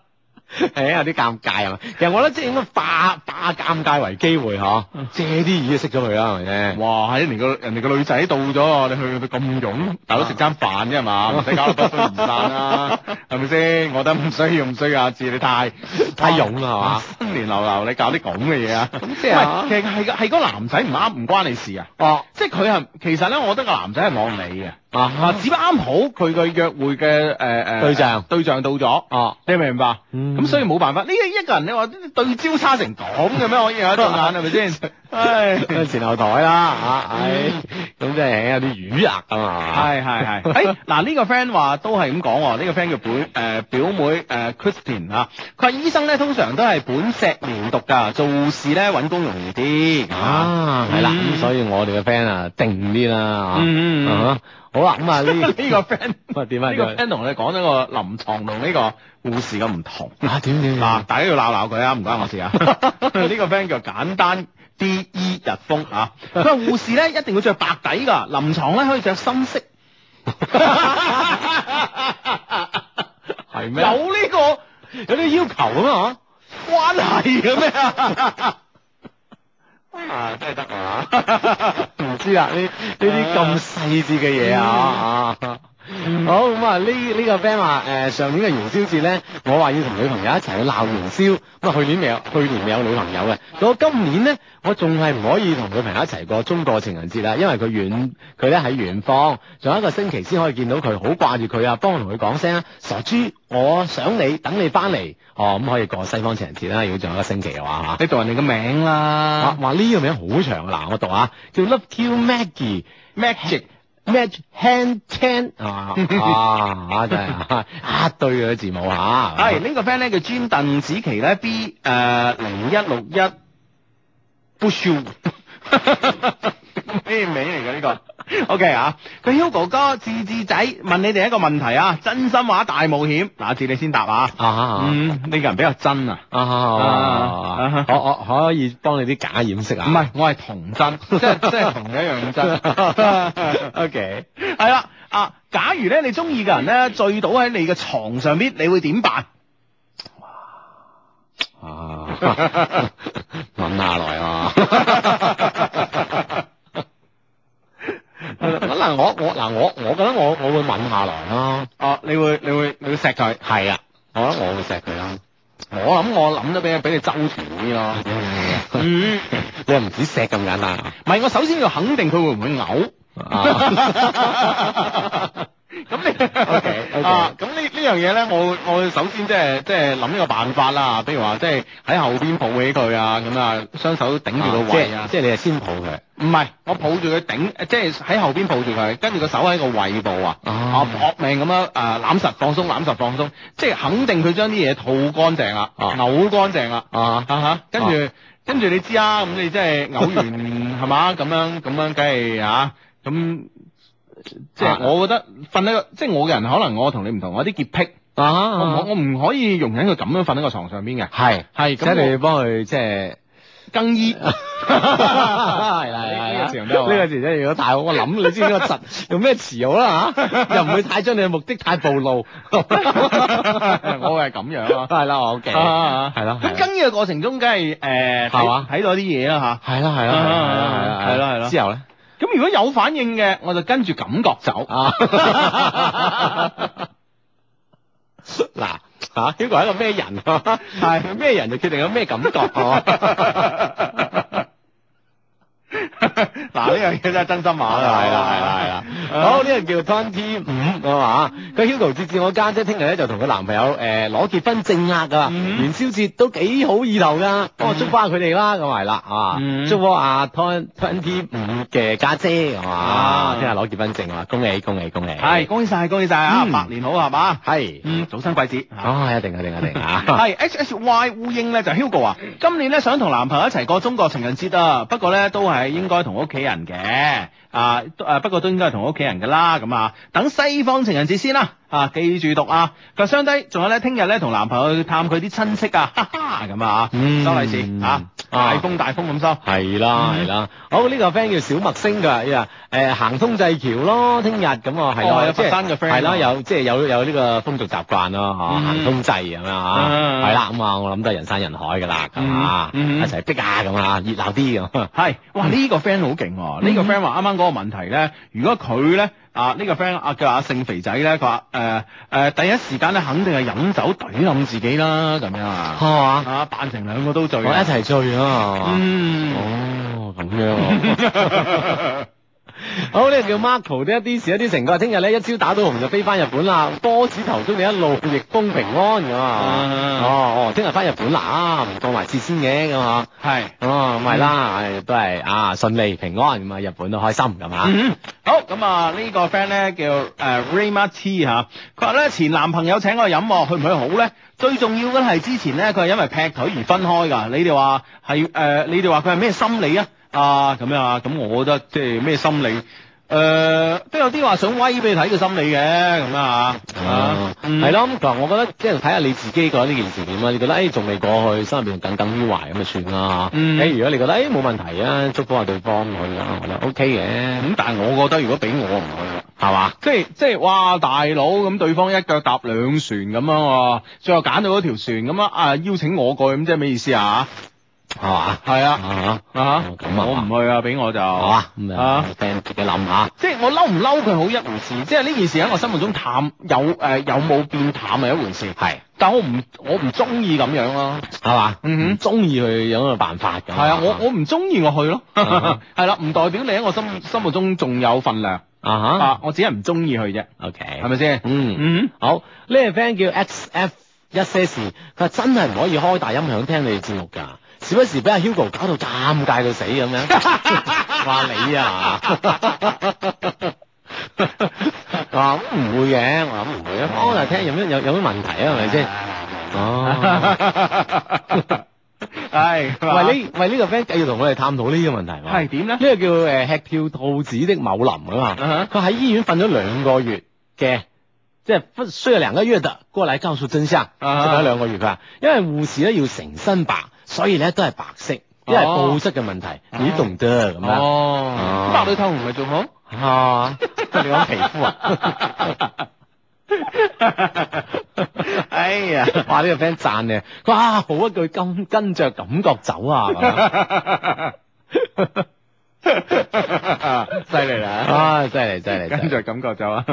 Speaker 4: 係有啲尷尬係啊嘛？其實我覺得即係應該化化尷尬為機會嗬，借啲嘢識咗佢啦，係咪先？
Speaker 1: 哇！係人哋個人哋個女仔到咗，你去到咁勇，大佬食餐飯啫
Speaker 4: 啊
Speaker 1: 嘛，唔使搞到不歡而散啦，係咪先？我覺得唔需要，唔需要阿志，你太
Speaker 4: 太勇啦係嘛
Speaker 1: 新年流流，你搞啲咁嘅嘢啊！
Speaker 4: 咁即係啊
Speaker 1: 唔係其實係個係個男仔唔啱，唔關你事啊！
Speaker 4: 哦，
Speaker 1: 即係佢係其實咧，我覺得個男仔係望你嘅，啊
Speaker 4: 啊，
Speaker 1: 只不過啱好佢嘅約會嘅誒誒
Speaker 4: 對象
Speaker 1: 對象到咗，
Speaker 4: 哦，
Speaker 1: 你明唔明白？
Speaker 4: 嗯
Speaker 1: 咁所以冇辦法，呢一個人你話對焦差成咁嘅咩？可以有一對眼係咪 先？ 唉，
Speaker 4: 前後台啦嚇，唉，啊咁真係有啲魚啊咁啊，
Speaker 1: 係係係， 誒嗱呢個 friend 話都係咁講喎，呢、個 friend 叫本誒、呃表妹誒、呃 Christine 啊，佢話醫生咧通常都係本碩連讀㗎，做事咧揾工容易啲啊。
Speaker 4: 啊，係啦，
Speaker 1: 嗯
Speaker 4: 咁所以我哋嘅 friend 啊定啲啦嚇，
Speaker 1: 嗯嗯嗯
Speaker 4: 啊好啦，咁啊呢
Speaker 1: 呢個 friend
Speaker 4: 喂點啊
Speaker 1: 呢個
Speaker 4: 點
Speaker 1: friend 同我哋講咗個臨床同呢個護士嘅唔同。
Speaker 4: 啊啊點點
Speaker 1: 嗱
Speaker 4: 點，
Speaker 1: 大家要鬧鬧佢啊，唔關我 事啊。呢個 friend 叫簡單 D E 日風啊，佢話護士咧一定要着白底㗎，臨床咧可以着深色。 有
Speaker 4: 係
Speaker 1: 呢個
Speaker 4: 有啲要求咁啊
Speaker 1: 關係嘅咩啊？
Speaker 4: 啊，真係得啊！唔知啊，呢呢啲咁細緻嘅嘢啊啊！
Speaker 3: Ừ
Speaker 4: 好咁啊，呢呢個 friend 話誒上年嘅元宵節咧，我話要同女朋友一齊去鬧元宵，咁啊去年未有，去年未有女朋友嘅，到今年咧我仲係唔可以同女朋友一齊過中國情人節啦，因為佢遠佢咧喺遠方，仲有一個星期先可以見到佢，好掛住佢啊！幫我同佢講聲啊，傻豬，我想你，等你翻嚟，哦咁可以過西方情人節啦，如果仲有一個星期嘅啊話嚇。
Speaker 1: 你讀人哋嘅名
Speaker 4: 啊
Speaker 1: 啦
Speaker 4: 話呢個名好長啊！嗱，我讀啊，叫 Love Q Maggie
Speaker 1: ，Magic
Speaker 4: Mag Hand Ten 啊啊真係啊一堆嘅字母啊嚇，
Speaker 1: 係呢個 friend 咧叫專鄧子琪咧 B 誒零一六一 b u s h 咩名嚟㗎呢個？OK 啊，佢 Hugo 哥志志仔問你哋一個問題啊，真心話大冒險，嗱，志你先答啊。
Speaker 4: 啊啊
Speaker 1: 嗯，呢個人比較真啊。
Speaker 4: 啊啊！我我可以幫你啲假掩飾啊？
Speaker 1: 唔 係，我係童真，即係即係同你一樣咁真。
Speaker 4: ，OK，
Speaker 1: 係啦，啊，假如咧你中意嘅人咧醉倒喺你嘅床上邊，你會點辦？
Speaker 4: 啊，揾下來 啊！嗱我我嗱我我覺得我我會揾下來啦，
Speaker 1: 哦，你會你會你會錫佢。
Speaker 4: 係啊，我覺得我會錫佢啦。
Speaker 1: 我諗我諗得比比你周全啲咯。嗯，
Speaker 4: 你又唔止錫咁簡單啊！
Speaker 1: 唔係，我首先要肯定佢會唔會嘔。 咁你
Speaker 4: OK，OK
Speaker 1: 啊，咁呢呢樣嘢咧，我會我會首先即係即係諗呢個辦法啦，比如話即係喺後邊抱起佢啊，咁啊雙手頂住個胃啊
Speaker 4: 即係，即係你係先抱佢，
Speaker 1: 唔係我抱住佢頂，即係喺後邊抱住佢，跟住個手喺個胃部啊，
Speaker 4: 哦
Speaker 1: 啊搏命咁樣啊攬實放鬆攬實放鬆，即係肯定佢將啲嘢吐乾淨啦，
Speaker 4: 哦
Speaker 1: 嘔乾淨啦，
Speaker 4: 啊
Speaker 1: 啊哈，跟住跟住你知啊，咁你即係嘔完係嘛， 咁樣咁樣梗係啊，咁即
Speaker 4: 啊
Speaker 1: 係我覺得瞓喺個，即係我嘅人可能我同你唔同，我有啲潔癖，我唔
Speaker 4: 啊，
Speaker 1: 我唔可以容忍佢咁樣瞓喺個床上邊嘅，
Speaker 4: 係
Speaker 1: 係
Speaker 4: 即
Speaker 1: 咁
Speaker 4: 係你
Speaker 1: 我
Speaker 4: 要幫佢即係。
Speaker 1: 更 衣。
Speaker 4: 係
Speaker 1: 呢個詞用得好
Speaker 4: 呢
Speaker 1: 啊
Speaker 4: 個詞真係如果太好，我諗你知唔知個 詞用咩詞好啦嚇？又唔會太將你嘅目的太暴露。
Speaker 1: 我係咁樣 啊。
Speaker 4: 係啦，OK，係啦，啊係啦，
Speaker 1: 咁更衣嘅過程中，梗係誒
Speaker 4: 係嘛
Speaker 1: 睇睇到啲嘢啦
Speaker 4: 係啦，係啦，
Speaker 1: 啊
Speaker 4: 係啦，
Speaker 1: 係啦係啦
Speaker 4: 之後咧，
Speaker 1: 吓，咁如果有反應嘅，我就跟住感覺走。
Speaker 4: 啊， 嗱嚇，Hugo 係一個咩人啊？ 係咩人就決定有咩感覺啊？
Speaker 1: 嗱呢樣嘢真係真心話啦，
Speaker 4: 係啦係啦係啦，好呢個叫 Twenty 五啊嘛，佢 Hugo 節節我家姐聽日咧就同佢男朋友誒攞結婚證額噶，
Speaker 1: 嗯
Speaker 4: 元宵節都幾好意頭噶，幫我祝福下佢哋啦，咁係啦啊
Speaker 1: 嗯，
Speaker 4: 祝福阿 Twenty 五嘅家姐係嘛
Speaker 1: 啊，
Speaker 4: 聽日攞結婚證啊，恭喜恭喜恭喜，
Speaker 1: 係恭喜晒，恭喜晒啊！
Speaker 4: 嗯
Speaker 1: 百年好係嘛？
Speaker 4: 係，
Speaker 1: 嗯，早生貴子。
Speaker 4: 啊一定一定一 定啊！
Speaker 1: 係 H H Y 烏蠅咧就 Hugo 啊，今年咧想同男朋友一齊過中國情人節啊，不過咧都係應該同屋企人嘅，啊都啊不過都應該係同屋企人噶啦，咁啊等西方情人節先啦，啊記住讀啊，個相低，仲有咧聽日咧同男朋友去探佢啲親戚啊，哈哈咁啊，
Speaker 4: 嗯
Speaker 1: 收利是啊，大風大風咁收。
Speaker 4: 係啦，
Speaker 1: 嗯
Speaker 4: 係啦。好呢個 friend 叫小麥星㗎，佢話誒行通濟橋咯，聽日咁啊，係
Speaker 1: 哦
Speaker 4: 咯，
Speaker 1: 有
Speaker 4: 即
Speaker 1: 佛
Speaker 4: 係
Speaker 1: 山嘅 friend
Speaker 4: 係啦，有即係有有呢個風俗習慣咯，嚇
Speaker 1: 嗯
Speaker 4: 行通濟咁
Speaker 1: 嗯
Speaker 4: 樣嚇，係啦，咁啊，我諗都係人山人海㗎啦，咁啊，
Speaker 1: 嗯嗯
Speaker 4: 一齊逼啊咁啊，嗯熱鬧 啲咁。
Speaker 1: 係，哇！呢、個 friend 好勁喎，呢、個 friend 話啱啱嗰個問題咧，如果佢咧啊呢、個 friend 啊叫阿姓肥仔咧，佢話誒誒第一時間咧肯定係飲酒懟冧自己啦，咁樣啊，
Speaker 4: 係嘛？
Speaker 1: 啊扮成兩個都醉
Speaker 4: 我
Speaker 1: 啊，
Speaker 4: 一齊醉啊！係嘛
Speaker 1: 嗯，
Speaker 4: 哦，咁樣啊。好呢個叫 Marco 的一啲事一啲情，佢話聽日咧一朝打到紅就飛翻日本啦，波子頭祝你一路逆風平安咁啊！
Speaker 1: 嗯
Speaker 4: 哦哦，聽日翻日本啦，啊唔當埋節先嘅咁啊！
Speaker 1: 係。
Speaker 4: 哦，咪啦，唉都係啊順利平安咁啊，日本都開心咁啊！
Speaker 1: 嗯，好咁啊！呢個 friend 咧叫誒 Rayma T 嚇，佢話咧前男朋友請我飲喎，去唔去好咧？最重要嘅係之前咧，佢係因為劈腿而分開㗎。你哋話係誒？你哋話佢係咩心理啊？啊咁樣啊？咁我覺得即係咩心理？誒、呃都有啲話想威俾你睇嘅心理嘅咁啊，
Speaker 4: 啊，
Speaker 1: 嗯
Speaker 4: 係咯，咁嗱，我覺得即係睇下你自己覺得呢件事點啦。啊你覺得誒哎仲未過去，心入邊耿耿於懷咁就算啦嚇。
Speaker 1: 嗯
Speaker 4: 誒，如果你覺得誒冇問題啊，祝福下對方咁樣，我覺得 OK 嘅，
Speaker 1: 咁但係我覺得如果俾我唔去啦。
Speaker 4: 係嘛？
Speaker 1: 即係即係哇大佬咁，對方一腳踏兩船咁樣喎，最後揀到嗰條船咁啊啊邀請我過去咁，即係咩意思啊？
Speaker 4: 係嘛？
Speaker 1: 係啊。
Speaker 4: 啊
Speaker 1: 啊
Speaker 4: 哦咁啊
Speaker 1: 我唔去啊，俾我就
Speaker 4: 係嘛？咁啊
Speaker 1: 啊，
Speaker 4: friend 自己諗下。
Speaker 1: 即係我嬲唔嬲佢好一回事，即係呢件事喺我心目中淡有誒、呃有冇變淡係一回事，
Speaker 4: 係
Speaker 1: 但我唔我唔中意咁樣咯，
Speaker 4: 係嘛？
Speaker 1: 嗯哼
Speaker 4: 唔中意佢有咁嘅辦法咁。
Speaker 1: 係啊，我我唔中意我去咯，
Speaker 4: 嗯
Speaker 1: 係啦，唔代表你喺我心心目中仲有份量
Speaker 4: 啊哈
Speaker 1: 啊，我只係唔中意佢啫，
Speaker 4: ，OK，
Speaker 1: 係咪先？
Speaker 4: 嗯。
Speaker 1: 嗯
Speaker 4: 好，呢、個 friend 叫 XF 一些事，佢話真係唔可以開大音響聽你哋節目㗎，時不時俾阿 Hugo 搞到尷尬到死咁 樣。話你啊，話咁唔會嘅，我諗唔會啊，我就聽有咩有有咩問題啊，係咪 先？哦，
Speaker 1: 哼，係
Speaker 4: 喂呢喂呢個 friend 繼續同我哋探討呢個問題喎。
Speaker 1: 係點咧？
Speaker 4: 呢個叫誒吃跳兔子的某林啊
Speaker 1: 嗯
Speaker 4: 嘛，佢喺醫院瞓咗兩個月嘅，即係瞓睡了兩個月的，過嚟告訴真相，就
Speaker 1: 啊
Speaker 4: 瞓咗兩個月㗎。因為護士咧要成身白，所以咧都係白色，因為
Speaker 1: 哦
Speaker 4: 布質嘅問題，你懂得咁樣
Speaker 1: 哦，咁白裏透紅咪仲 好？
Speaker 4: 啊？你講皮 膚啊？
Speaker 1: 哎 呀！
Speaker 4: 哇！呢、個 friend 讚你，佢話啊好一句跟跟着感覺走啊，咁樣
Speaker 1: 犀利啦！
Speaker 4: 啊真係真係真
Speaker 1: 跟
Speaker 4: 係，
Speaker 1: 住感覺就啊，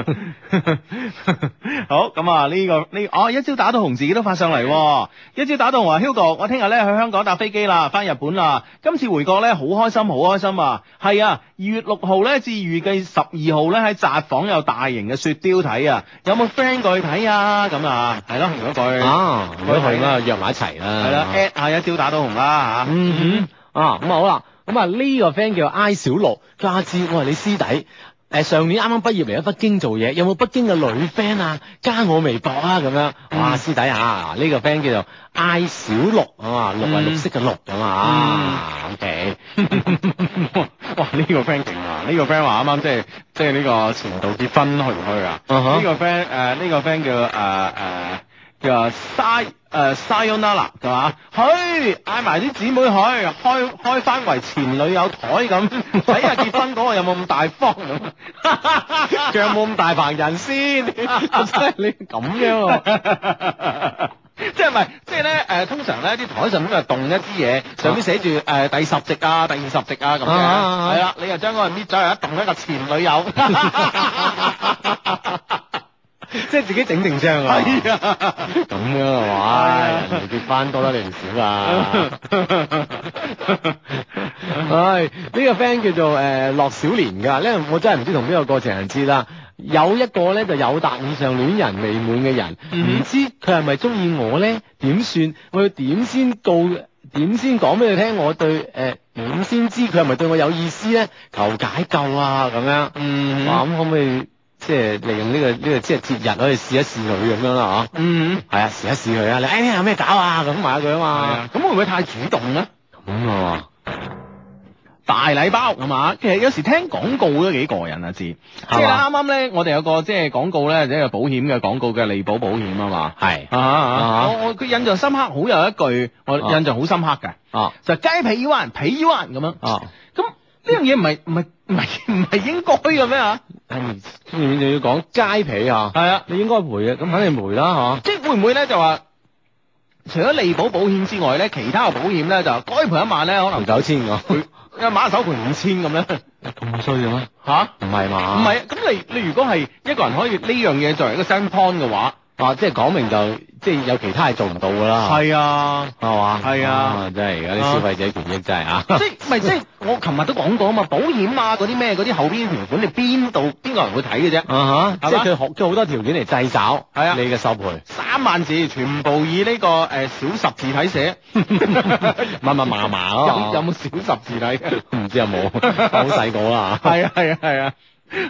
Speaker 1: 好咁啊！呢、個呢哦，一朝打到紅自己都發上嚟喎，一朝打到紅話 Hugo，我聽日咧去香港搭飛機啦，翻日本啦。今次回國咧好開心，好開心啊！係啊，二月六號咧至預計十二號咧喺札幌有大型嘅雪雕睇啊，有冇 friend 過去睇啊？咁啊，係咯，如果佢
Speaker 4: 啊，如果佢咁啊約埋一齊啦，啊
Speaker 1: 係啦，at 下一朝打到紅啦嚇。
Speaker 4: 嗯哼，啊咁啊好啦，咁啊呢個 friend 叫 I 小六，家知我係你師弟。誒上年啱啱畢業嚟咗北京做嘢，有冇北京嘅女 friend 啊？加我微博啊咁樣，
Speaker 1: 嗯
Speaker 4: 哇師弟啊，呢、個 friend 叫做 I 小六啊，綠
Speaker 1: 嗯
Speaker 4: 係綠色嘅綠咁啊，OK，
Speaker 1: 哇！呢、個 friend 勁啊！呢、個 friend 話啱啱即係即係呢個前度結婚去唔去啊？呢、
Speaker 4: 啊哈
Speaker 1: 個 friend 誒呢個 friend 叫誒誒、呃叫啊 Say 誒 Sayonara 係嘛？去嗌埋啲姊妹去，開開翻圍前女友台咁， 睇下結婚嗰個有冇咁大方咁，
Speaker 4: 仲有冇咁大棚人先？真係你咁樣啊！
Speaker 1: 即係唔係？即係咧誒，通常咧啲台上面就動一啲嘢，上面寫住誒第十席啊、第二十席啊咁嘅，
Speaker 4: 啊啊啊
Speaker 1: 係啦， 你又將嗰個搣咗，又一動一個前女友。 即係自己整定張啊。係啊，
Speaker 4: 咁樣嘅話，人哋結婚多得你唔少 啊！唉，呢、個 friend 叫做誒、呃、樂小蓮㗎，咧我真係唔知同邊個過情人節啦。有一個咧就有達以上戀人未滿嘅人，唔、
Speaker 1: 嗯哼
Speaker 4: 知佢係咪中意我咧？點算？我要點先告？點先講俾佢聽？我對誒呃點、先知佢係咪對我有意思咧？求解救啊！咁樣，
Speaker 1: 嗯
Speaker 4: 哇咁可唔可以即係利用呢、個呢、個即係節日可以試一試佢咁樣啦？嗬、
Speaker 1: 嗯，
Speaker 4: 係啊，試一試佢啊！你哎呀有咩搞啊？咁埋佢啊
Speaker 1: 係
Speaker 4: 嘛
Speaker 1: 啊，。咁會唔會太主動咧？
Speaker 4: 咁啊，
Speaker 1: 大禮包係嘛？其實有時聽廣告都幾過癮啊，知即係啱啱咧，我哋有個即係廣告咧，即係保險嘅廣告嘅利保保險啊嘛。
Speaker 4: 係
Speaker 1: 啊
Speaker 4: 啊
Speaker 1: 啊！我我佢印象深刻，好有一句我
Speaker 4: 啊
Speaker 1: 印象好深刻嘅，
Speaker 4: 啊
Speaker 1: 就係雞皮要還，皮要還咁樣。
Speaker 4: 啊，
Speaker 1: 咁呢樣嘢唔係唔係唔係唔係應該嘅咩啊？
Speaker 4: 係你仲要講街皮啊？
Speaker 1: 係啊，
Speaker 4: 你應該賠嘅，咁肯定賠啦
Speaker 1: 即係會唔會咧就話，除咗利保保險之外咧，其他嘅保險咧就該賠一萬咧，可
Speaker 4: 嚇，賠
Speaker 1: 能
Speaker 4: 九千㗎，
Speaker 1: 一馬手賠五千咁 咧
Speaker 4: 咁衰嘅咩？
Speaker 1: 吓？
Speaker 4: 唔係
Speaker 1: 唔
Speaker 4: 嘛？
Speaker 1: 係，啊咁你你如果係一個人可以呢樣嘢作為一個 selling point 嘅話，
Speaker 4: 啊，即係講明就即係有其他係做唔到㗎啦，
Speaker 1: 係啊，
Speaker 4: 係嘛？
Speaker 1: 係啊
Speaker 4: 真係而家啲消費者權益真係啊！
Speaker 1: 即係咪即係我琴日都講過啊嘛，保險啊嗰啲咩嗰啲後邊條款，你邊度邊個人會睇嘅啫？
Speaker 4: 啊哈！
Speaker 1: 係嘛
Speaker 4: 即係佢學佢好多條件嚟掣肘，
Speaker 1: 係啊
Speaker 4: 你嘅受賠。
Speaker 1: 三萬字全部以呢、個誒、呃小十字體 寫，哦
Speaker 4: 密密麻麻咯
Speaker 1: 有有冇小十字體？
Speaker 4: 唔知有 冇？好細個啦嚇
Speaker 1: 係啊係啊係啊，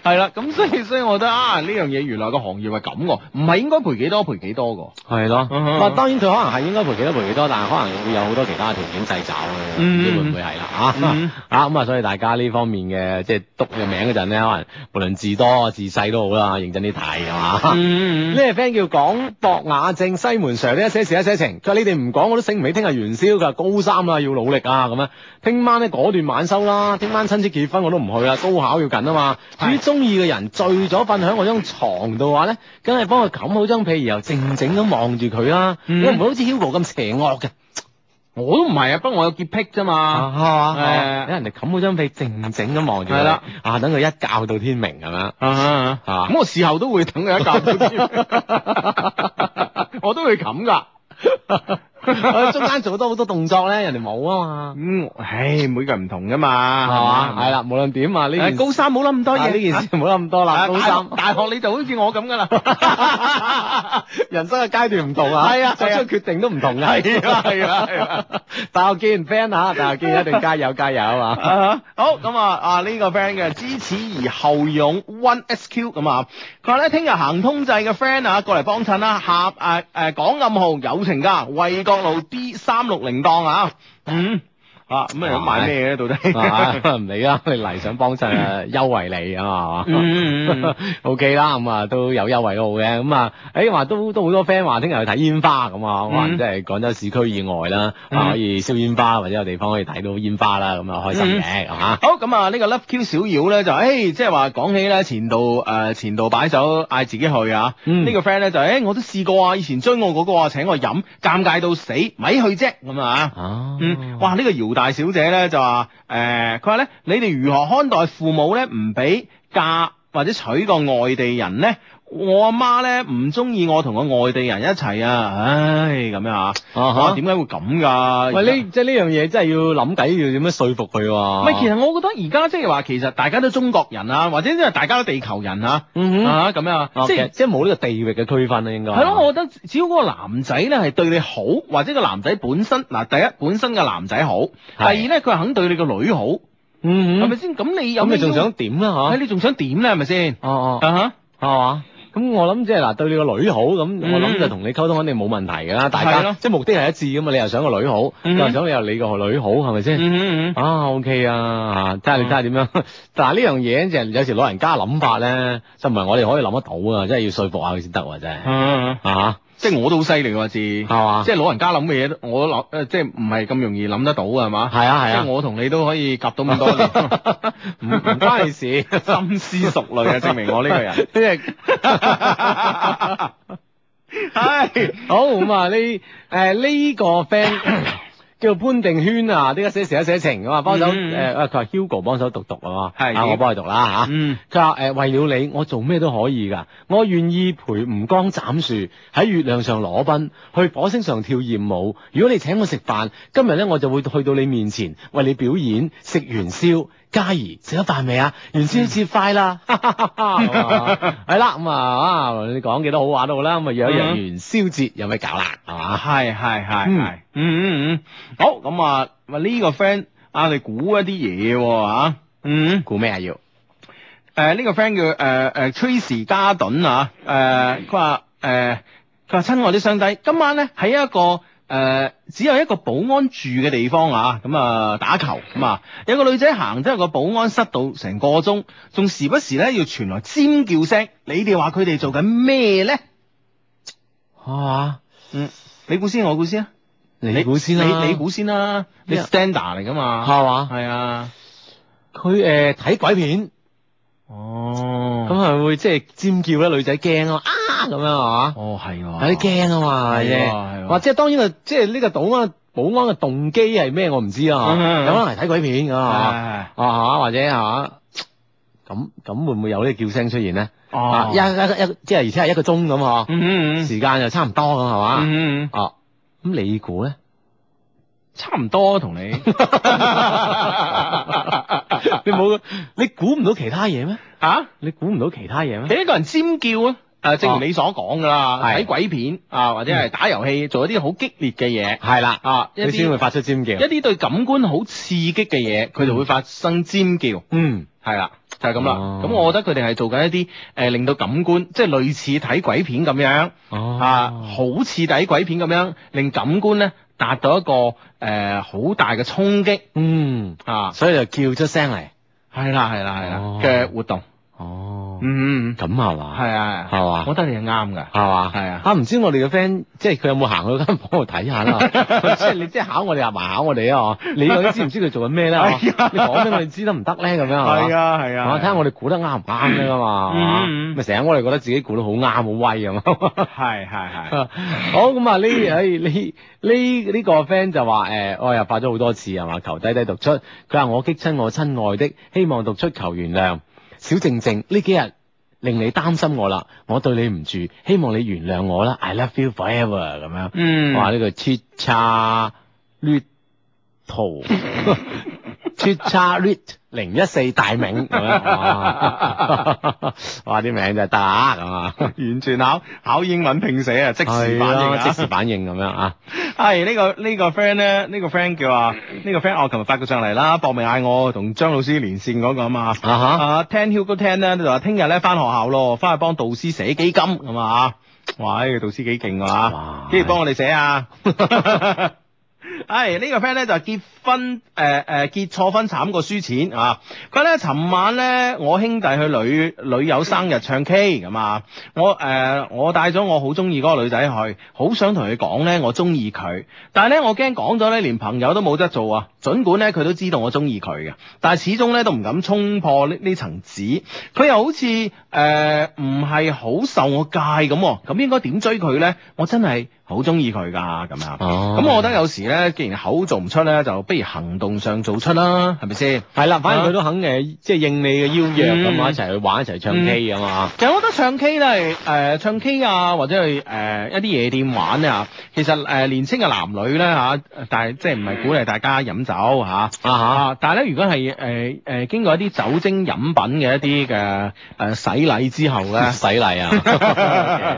Speaker 1: 係啦、咁所以所以我覺得啊呢樣嘢原來個行業係咁喎，唔係應該賠幾多賠幾多㗎。
Speaker 4: 係咯，
Speaker 1: 嗯哼
Speaker 4: 哇！當然佢可能係應該賠幾多賠幾多，但係可能會有好多其他條件掣肘嘅，啊唔知
Speaker 1: 嗯
Speaker 4: 會唔會係啦嚇
Speaker 1: 嗯
Speaker 4: 啊咁啊！所以大家呢方面嘅即係篤嘅名嗰陣咧，可能無論字多字細都好啦，認真啲睇 係嘛。
Speaker 1: 嗯
Speaker 4: 呢個 friend 叫廣博雅正西門 Sir 呢一些事一些情，佢話你哋唔講我都醒唔起，聽日元宵，佢話高三啦要努力啊咁樣。聽晚咧嗰段晚修啦，聽晚親戚結婚我都唔去啦，高考要緊啊嘛。至於中意嘅人醉咗瞓喺我張床度話咧，梗係幫佢冚好張被，然後靜靜咁望住佢啦。
Speaker 1: 嗯
Speaker 4: 我唔會好似 Hugo 咁邪惡嘅，
Speaker 1: 我都唔係啊，不過我有潔癖啫嘛。
Speaker 4: 係
Speaker 1: 係啊
Speaker 4: 俾人哋冚好張被，靜靜咁望住
Speaker 1: 係
Speaker 4: 佢
Speaker 1: 啦，
Speaker 4: 啊等佢一覺到天明 咁樣。
Speaker 1: 啊
Speaker 4: 啊
Speaker 1: 咁我事後都會等佢一 覺，我都會咁噶。
Speaker 4: 中間做多好多動作咧，人哋冇啊嘛。
Speaker 1: 嗯，唉，每個人唔同噶嘛，
Speaker 4: 係嘛？係
Speaker 1: 係啦。
Speaker 4: 啦，無論點啊，呢件
Speaker 1: 誒高三冇諗咁多
Speaker 4: 啊
Speaker 1: 嘢，
Speaker 4: 呢件事唔好諗咁多啦。
Speaker 1: 啊
Speaker 4: 高
Speaker 1: 大
Speaker 4: 三
Speaker 1: 學大學你就好似我咁噶啦。
Speaker 4: 人生嘅階段唔同啊，
Speaker 1: 係啊
Speaker 4: 作
Speaker 1: 係啊
Speaker 4: 出決定都唔同啊。
Speaker 1: 係啊係啊係 啊！
Speaker 4: 大學見 friend 啊，大學見一定加油加油 啊！
Speaker 1: 啊好咁啊啊呢、個 friend 嘅知恥而後勇 One SQ 咁啊，佢話咧聽日行通濟嘅 friend 啊過嚟幫襯啦，下誒誒講暗號友情價，惠國路 D 三六零檔啊，嗯啊咁啊買咩咧到底？
Speaker 4: 啊唔理啦，你嚟想幫襯啊，優惠你啊嘛，係嘛
Speaker 1: 嗯嗯
Speaker 4: O K 啦，咁啊都有優惠都好嘅，咁啊，誒話都都好多 friend 話聽日去睇煙花咁啊，可能
Speaker 1: 嗯
Speaker 4: 即係廣州市區以外啦，
Speaker 1: 嗯
Speaker 4: 啊可以燒煙花或者有地方可以睇到煙花啦，咁啊開心
Speaker 1: 嗯
Speaker 4: 嘅，係嘛？
Speaker 1: 好咁啊！呢個 Love Q 小妖咧就誒，即係話講起咧前度誒、呃前度擺酒嗌自己去啊，
Speaker 4: 嗯
Speaker 1: 呢個 friend 咧就誒、我都試過啊，以前追我嗰個啊請我飲，尷尬到死，咪去啫咁啊！
Speaker 4: 啊，
Speaker 1: 嗯，哇！呢、個姚大小姐咧就話誒，佢話咧你哋如何看待父母咧唔俾嫁或者娶個外地人咧？我阿媽咧唔中意我同個外地人一齊啊，唉咁樣啊，
Speaker 4: 啊哈
Speaker 1: 哇點解會咁噶？
Speaker 4: 喂，呢即係呢樣嘢真係要諗計，要點樣說服佢喎？
Speaker 1: 唔係，其實我覺得而家即係話，其實大家都中國人啊，或者即係大家都地球人啊，
Speaker 4: 嗯哼，
Speaker 1: 啊咁樣啊，
Speaker 4: 即
Speaker 1: 即
Speaker 4: 係
Speaker 1: 係
Speaker 4: 即係冇呢個地域嘅區分啦，應該
Speaker 1: 係咯，我覺得只要嗰個男仔咧係對你好，或者個男仔本身嗱，第一本身嘅男仔好，第二咧佢係肯對你個女好，
Speaker 4: 嗯
Speaker 3: Ừ
Speaker 1: 係
Speaker 4: 哼
Speaker 1: 咪先？咁你有
Speaker 4: 咁
Speaker 1: 咩
Speaker 4: 你仲
Speaker 1: 要
Speaker 4: 想？點啦？
Speaker 1: 係
Speaker 4: 嚇，
Speaker 1: 你仲想點咧？係咪先？
Speaker 4: 哦哦，
Speaker 1: 啊哈！
Speaker 4: 係嘛？咁我諗即係嗱，對你個女好，咁我諗
Speaker 1: 嗯
Speaker 4: 就同你溝通肯定冇問題㗎啦。大
Speaker 1: 係
Speaker 4: 家
Speaker 1: 咯
Speaker 4: 即係目的係一致㗎嘛，你又想個女好，
Speaker 1: 嗯
Speaker 4: 又想你又你個女好，係咪先？
Speaker 1: 嗯嗯嗯
Speaker 4: 啊，OK 啊，睇下你睇下點樣。 但係呢樣嘢就係有時老人家諗法咧，就唔係我哋可以諗得到啊，真係要說服下佢先得喎，真係
Speaker 1: 嗯，啊
Speaker 4: 啊，
Speaker 1: 即係我都好犀利喎，字係
Speaker 4: 係嘛
Speaker 1: 即係老人家諗嘅嘢都，我諗呃誒，即係唔係咁容易諗得到嘅係嘛？
Speaker 4: 係啊係啊
Speaker 1: 即係我同你都可以夾到咁多年，
Speaker 4: 唔唔關 你事。
Speaker 1: 深思熟 慮啊，證明我呢個人。
Speaker 4: 即係
Speaker 1: 唉，
Speaker 4: 好咁啊！呢誒呢個呃 friend 叫潘定軒啊，呢一些事一些情咁啊，幫手
Speaker 1: 嗯
Speaker 4: 誒誒，佢話 Hugo 幫手讀讀啊嘛，
Speaker 1: 係
Speaker 4: 啊我幫佢讀啦嚇。
Speaker 1: 嗯，
Speaker 4: 佢話誒為了你，我做咩都可以㗎，我願意陪吳江斬樹，喺月亮上裸奔，去火星上跳豔舞。如果你請我食飯，今日咧我就會去到你面前為你表演食元宵。嘉怡食咗飯未 啊？元宵節快啦！哈哈哈哈咁啊係啦，咁啊啊，你講幾多好話都好啦，咁啊有一樣
Speaker 1: 嗯
Speaker 4: 元宵節有咩搞啦，係嘛？
Speaker 1: 啊係係係
Speaker 4: 嗯
Speaker 1: 係，嗯嗯嗯，好咁啊，喂呢個 friend 啊，我哋估一啲嘢喎啊，嗯。
Speaker 4: 估咩啊要？
Speaker 1: 誒呢個 friend 叫誒誒 Tracy 加頓啊，誒佢話誒佢話親愛啲上帝，今晚咧喺一個誒、
Speaker 4: 呃
Speaker 1: 只有一個保安住嘅地方啊，咁啊打球咁啊，有個女仔行咗入個保安室度成個鐘，仲時不時咧要傳來尖叫聲，你哋話佢哋做緊咩咧？
Speaker 4: 啊，
Speaker 1: 嗯，你估先，我估先啊，
Speaker 4: 你估先啦，
Speaker 1: 你你估先啦，你
Speaker 4: 咩啊
Speaker 1: standard 嚟噶
Speaker 4: 係
Speaker 1: 嘛，
Speaker 4: 嘛？
Speaker 1: 係啊，
Speaker 4: 佢誒睇鬼片，
Speaker 1: 哦
Speaker 4: 咁係會即係尖叫咧，女仔驚啊嘛啊咁樣係嘛？
Speaker 1: 哦係喎，
Speaker 4: 有啲驚啊嘛，
Speaker 1: 係喎係
Speaker 4: 啫。
Speaker 1: 喎
Speaker 4: 或者當然啊，即係呢個保安保安嘅動機係咩？我唔知啊，
Speaker 1: 嗯嗯嗯
Speaker 4: 有可能係睇鬼片㗎嘛，
Speaker 1: 係，
Speaker 4: 啊嚇或者係嘛？咁咁會唔會有呢個叫聲出現咧？啊
Speaker 1: 哦
Speaker 4: 一一一即係而且係一個鐘咁嗬，
Speaker 1: 嗯嗯嗯
Speaker 4: 時間又差唔多咁係
Speaker 1: 嗯
Speaker 4: 嘛？
Speaker 1: 嗯嗯。
Speaker 4: 哦，咁你估咧？
Speaker 1: 差唔多 同你
Speaker 4: 你冇，你估唔到其他嘢咩？
Speaker 1: 吓，
Speaker 4: 你估唔到其他嘢咩？
Speaker 1: 你一個人尖叫啊！誒，正如你所講噶啦，
Speaker 4: 係
Speaker 1: 睇鬼片啊，或者係打遊戲，做一啲好激烈嘅嘢
Speaker 4: 係啦，
Speaker 1: 啊，一
Speaker 4: 你先會
Speaker 1: 啲
Speaker 4: 發出尖叫
Speaker 1: 一。啲對感官好刺激嘅嘢，佢就會發生尖叫，
Speaker 4: 嗯，
Speaker 1: 係啦，就係咁啦。
Speaker 4: 哦
Speaker 1: 咁我覺得佢哋係做緊一啲誒令到感官，即係類似睇鬼片咁樣啊，
Speaker 4: 哦，
Speaker 1: 好似睇鬼片咁樣，令感官咧達到一個誒好大嘅衝擊
Speaker 4: 嗯，
Speaker 1: 啊，
Speaker 4: 所以就叫出聲嚟。
Speaker 1: 係啦係啦係啦
Speaker 4: 哦
Speaker 1: 嘅活動，
Speaker 4: 哦，
Speaker 1: 嗯嗯嗯。
Speaker 4: 咁係
Speaker 1: 系
Speaker 4: 嘛？
Speaker 1: 啊，
Speaker 4: 係嘛
Speaker 1: 我覺得你係啱噶。
Speaker 4: 係嘛？
Speaker 1: 係啊
Speaker 4: 啊唔知我哋嘅 friend 即係佢有冇行去間房度睇 下啦？即係你即係考我哋啊，埋考我哋啊！嗬你究竟知唔知佢做緊 咩咧？嗬
Speaker 1: 係啊
Speaker 4: 你講俾我哋知得唔得咧？咁樣哎係嘛？
Speaker 1: 啊，係
Speaker 4: 啊睇下我哋估得啱唔啱咧嘛，係嘛
Speaker 1: 嗯嗯嗯
Speaker 4: 咪成日我哋覺得自己估得好啱好威咁。啊
Speaker 1: 係係係。
Speaker 4: 好咁啊！呢誒呢呢呢個 friend 就話誒、我又發咗好多次係嘛，求低低讀出。佢話我激親我親愛的，希望讀出求原諒。小靜靜呢幾日令你擔心我啦，我對你唔住，希望你原諒我啦。I love you forever 咁樣。
Speaker 1: 嗯
Speaker 4: 哇！呢、個 chicha lit 圖 chicha lit 零一四大 名咁樣。哇！哇！啲名就得啊咁啊！
Speaker 1: 完全考考英文拼寫啊，即時反應
Speaker 4: 係
Speaker 1: 啊
Speaker 4: 啊即時反應咁樣啊！
Speaker 1: 係呢個呢個 friend 咧，呢個 friend 叫啊，呢個 friend 我琴日發佢上嚟啦，搏命嗌我同張老師連線嗰個啊嘛。
Speaker 4: 啊哈！
Speaker 1: 啊，聽 Hugo 聽咧就話聽日咧翻學校咯，翻去幫導師寫基金咁啊。哇，呢個導師幾勁啊
Speaker 4: 哇！
Speaker 1: 跟住幫我哋寫啊。 係呢個 friend 咧就結婚誒誒結錯婚慘過輸錢啊！佢咧尋晚咧我兄弟去女女友生日唱 K 咁啊，我誒、我帶咗我好中意嗰個女仔去，好想同佢講咧我中意佢，但係咧我驚講咗咧連朋友都冇得做啊！儘管咧佢都知道我中意佢嘅，但係始終咧都唔敢衝破呢呢層紙，佢又好似誒唔係好受我戒咁喎，咁應該點追佢咧？我真係好中意佢㗎咁啊！
Speaker 4: 哦
Speaker 1: 咁我覺得有時咧，既然口做唔出咧，就不如行動上做出啦，係咪先？
Speaker 4: 係啦，反正佢都肯誒，即係應你嘅邀約咁啊，
Speaker 1: 啊嗯
Speaker 4: 一齊去玩，一齊唱 K 咁啊。
Speaker 1: 其實我覺得唱 K 咧係誒唱 K 啊，或者係誒、一啲夜店玩咧嚇，其實誒、呃年青嘅男女咧嚇、但係即係唔係鼓勵大家飲酒嚇。
Speaker 4: 啊
Speaker 1: 啊！但係咧，如果係誒誒經過一啲酒精飲品嘅一啲嘅誒洗禮之後咧
Speaker 4: 嚇，， 洗禮 啊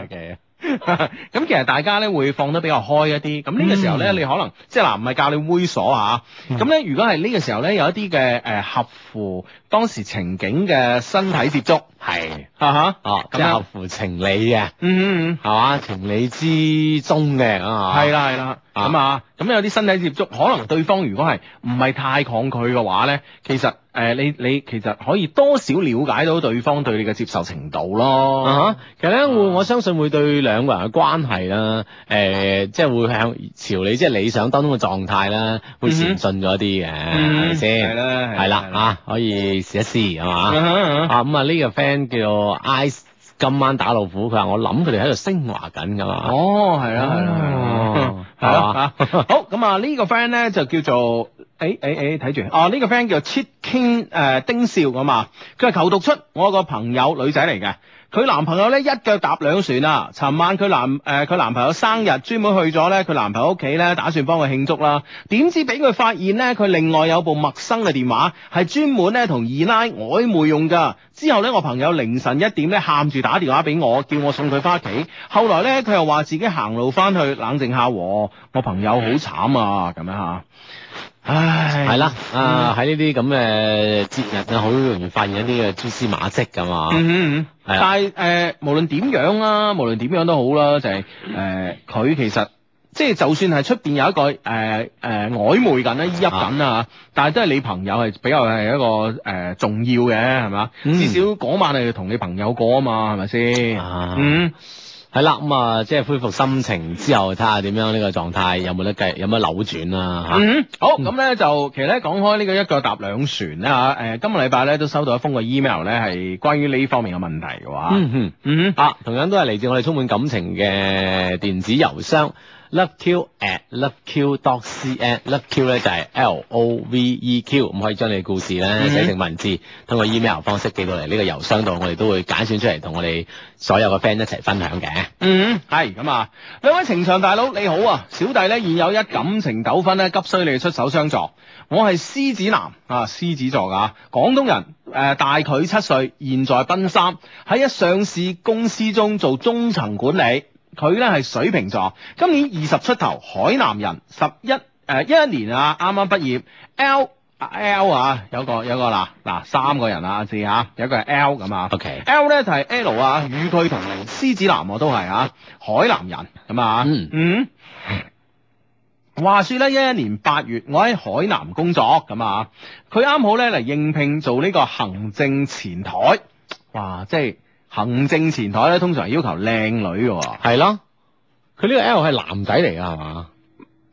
Speaker 4: ，OK，OK
Speaker 1: 咁其實大家咧會放得比較開一啲，咁呢個時候咧，
Speaker 4: 嗯
Speaker 1: 你可能即係嗱，唔係教你猥瑣啊，咁咧、如果係呢個時候咧，有一啲嘅誒合乎當時情景嘅身體接觸，
Speaker 4: 係
Speaker 1: 啊哈，
Speaker 4: 啊，
Speaker 1: 咁
Speaker 4: 咁
Speaker 1: 樣
Speaker 4: 合乎情理嘅，
Speaker 1: 嗯嗯
Speaker 4: 係嘛？情理之中嘅
Speaker 1: 嗯，
Speaker 4: 啊，
Speaker 1: 係啦係啦，
Speaker 4: 啊
Speaker 1: 咁啊，咁有啲身體接觸，可能對方如果係唔係太抗拒嘅話咧，其實誒、呃你你其實可以多少了解到對方對你嘅接受程度咯，
Speaker 4: 啊哈，其實咧，會我相信會對兩個人嘅關係啦，誒，即係會向朝你即係理想當中嘅狀態啦，會前進咗啲嘅，嗯係咪
Speaker 1: 係
Speaker 4: 先？
Speaker 1: 啦係啦
Speaker 4: 係啦，
Speaker 1: 係啦
Speaker 4: 啊，可以試一試係嘛？
Speaker 1: 啊哈啊哈
Speaker 4: 啊咁啊呢個 friend 叫 Ice，今晚打老虎，佢話我諗佢哋喺度升華緊㗎嘛。
Speaker 1: 啊哦，係啦，係啦係啦
Speaker 4: 哦，
Speaker 1: 系咯嚇好咁啊，呢個 friend 咧就叫做誒誒誒，睇住哦，呢個 friend 叫 Chit King 誒丁少咁啊，佢係求讀出，我個朋友女仔嚟嘅。佢男朋友咧一腳踏兩船啊！尋晚佢男誒佢、男朋友生日，專門去咗咧佢男朋友屋企咧，打算幫佢慶祝啦。點知俾佢發現咧，佢另外有部陌生嘅電話，係專門咧同二奶曖昧用㗎。之後咧，我朋友凌晨一點咧喊住打電話俾我，叫我送佢翻屋企。後來咧，佢又話自己行路翻去冷靜下喎。我朋友好慘啊，咁樣嚇。唉，
Speaker 4: 係啦，啊喺呢啲咁嘅節日啊，好容易發現一啲嘅蛛絲馬跡㗎嘛。
Speaker 1: 嗯哼，
Speaker 4: 係啊
Speaker 1: 但係誒、呃，無論點樣啦，無論點樣都好啦，就係誒佢其實即係就算係出邊有一個誒誒、呃呃、曖昧緊啦、依泣緊
Speaker 4: 啊
Speaker 1: 啦，但係都係你朋友係比較係一個誒、呃重要嘅係嘛？
Speaker 4: 嗯
Speaker 1: 至少嗰晚係同你朋友過啊嘛，係咪先？
Speaker 4: 啊
Speaker 1: 嗯，
Speaker 4: 係啦，咁啊，即係恢復心情之後，睇下點樣呢個狀態有冇得計，有冇得扭轉啦嚇。
Speaker 1: 嗯，好，咁咧就其實咧講開呢個一腳踏兩船咧嚇，誒、今個禮拜咧都收到一封個 email 咧係關於呢方面嘅問題嘅話，
Speaker 4: 嗯哼。
Speaker 1: 嗯
Speaker 4: 啊，同樣都係嚟自我哋充滿感情嘅電子郵箱 loveq at loveq dot cn，loveq 咧就係 L O V E Q，咁可以將你嘅故事咧
Speaker 1: 嗯
Speaker 4: 寫成文字，通過 email 方式寄到嚟呢個郵箱度，我哋都會揀選出嚟同我哋所有嘅 friend 一齊分享嘅。
Speaker 1: 嗯，係咁啊！兩位情場大佬你好啊，小弟呢現有一感情糾紛呢，急需你哋出手相助。我係獅子男啊，獅子座啊，廣東人，誒、大佢七歲，現在奔三，喺一上市公司中做中層管理。佢呢係水瓶座，今年二十出頭，海南人，十一誒一一年啊，啱啱畢業，L。L 啊，有個有個嗱嗱三個人啊，知啊，有一個係 L 咁啊
Speaker 4: OK
Speaker 1: L 咧就係 L 啊，與佢同齡，獅子男我都係啊，海南人咁啊，
Speaker 4: 嗯
Speaker 1: 嗯。話說咧，一一年八月，我喺海南工作咁啊，佢啱好咧嚟應聘做呢個行政前台，哇！即係行政前台咧，通常要求靚女嘅喎
Speaker 4: 係咯，佢呢個 L 係男仔嚟㗎係嘛？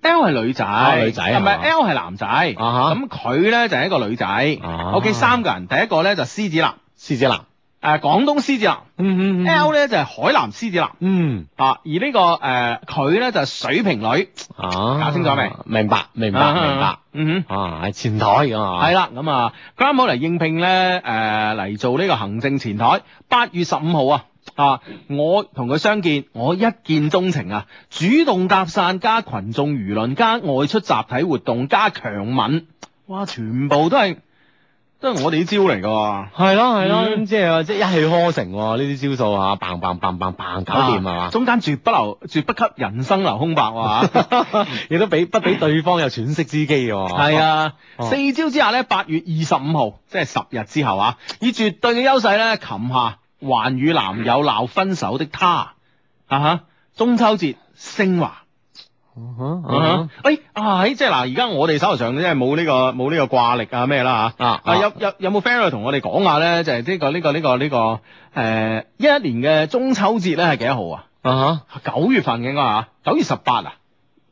Speaker 1: ，L 係女仔，
Speaker 4: 啊女仔係
Speaker 1: 唔係
Speaker 4: 嘛
Speaker 1: L 係男仔，
Speaker 4: 啊哈
Speaker 1: 咁佢咧就係一個女仔。
Speaker 4: 啊
Speaker 1: O K，三個人，第一個咧就獅子男，
Speaker 4: 獅子男。
Speaker 1: 誒廣東獅子男
Speaker 4: 嗯
Speaker 1: ，L 咧就係海南獅子男。
Speaker 4: 嗯
Speaker 1: 啊，而呢、個誒佢咧就係水瓶女，
Speaker 4: 啊，
Speaker 1: 搞清楚未？
Speaker 4: 明白明白明白
Speaker 1: 啊。嗯
Speaker 4: 啊，喺前台咁
Speaker 1: 哼，
Speaker 4: 啊。
Speaker 1: 係啦，咁啊，佢啱好嚟應聘咧，誒、嚟做呢個行政前台，八月十五號啊。啊！我同佢相見，我一見鍾情啊！主動搭訕加群眾輿論加外出集體活動加強吻，哇！全部都係都係我哋啲招嚟㗎喎。
Speaker 4: 係咯係咯，
Speaker 1: 嗯
Speaker 4: 咁即係即係一氣呵成喎，呢啲招數啊，bang bang bang bang bang 搞掂係嘛，
Speaker 1: 啊中間絕不留，絕不給人生留空白喎。啊
Speaker 4: 亦都俾不俾對方有喘息之機喎。
Speaker 1: 係，啊，
Speaker 4: 哦
Speaker 1: 四招之下咧，八月二十五號，即係十日之後啊，以絕對嘅優勢咧，擒下還與男
Speaker 4: 嗯
Speaker 1: 友鬧分手的他啊哈！中秋節升華
Speaker 4: 嗯哼
Speaker 1: 啊
Speaker 4: 嗯
Speaker 1: 哈！哎啊嘿即係嗱，而家我哋手頭上即係冇呢個冇呢個掛歷啊咩啦嚇
Speaker 4: 啊
Speaker 1: 啊有有有冇 friend 同我哋講下咧？就係呢個呢個呢個呢個誒一一年嘅中秋節咧係幾多號啊？
Speaker 4: 哼啊
Speaker 1: 九月份嘅應該嚇，九月十八啊？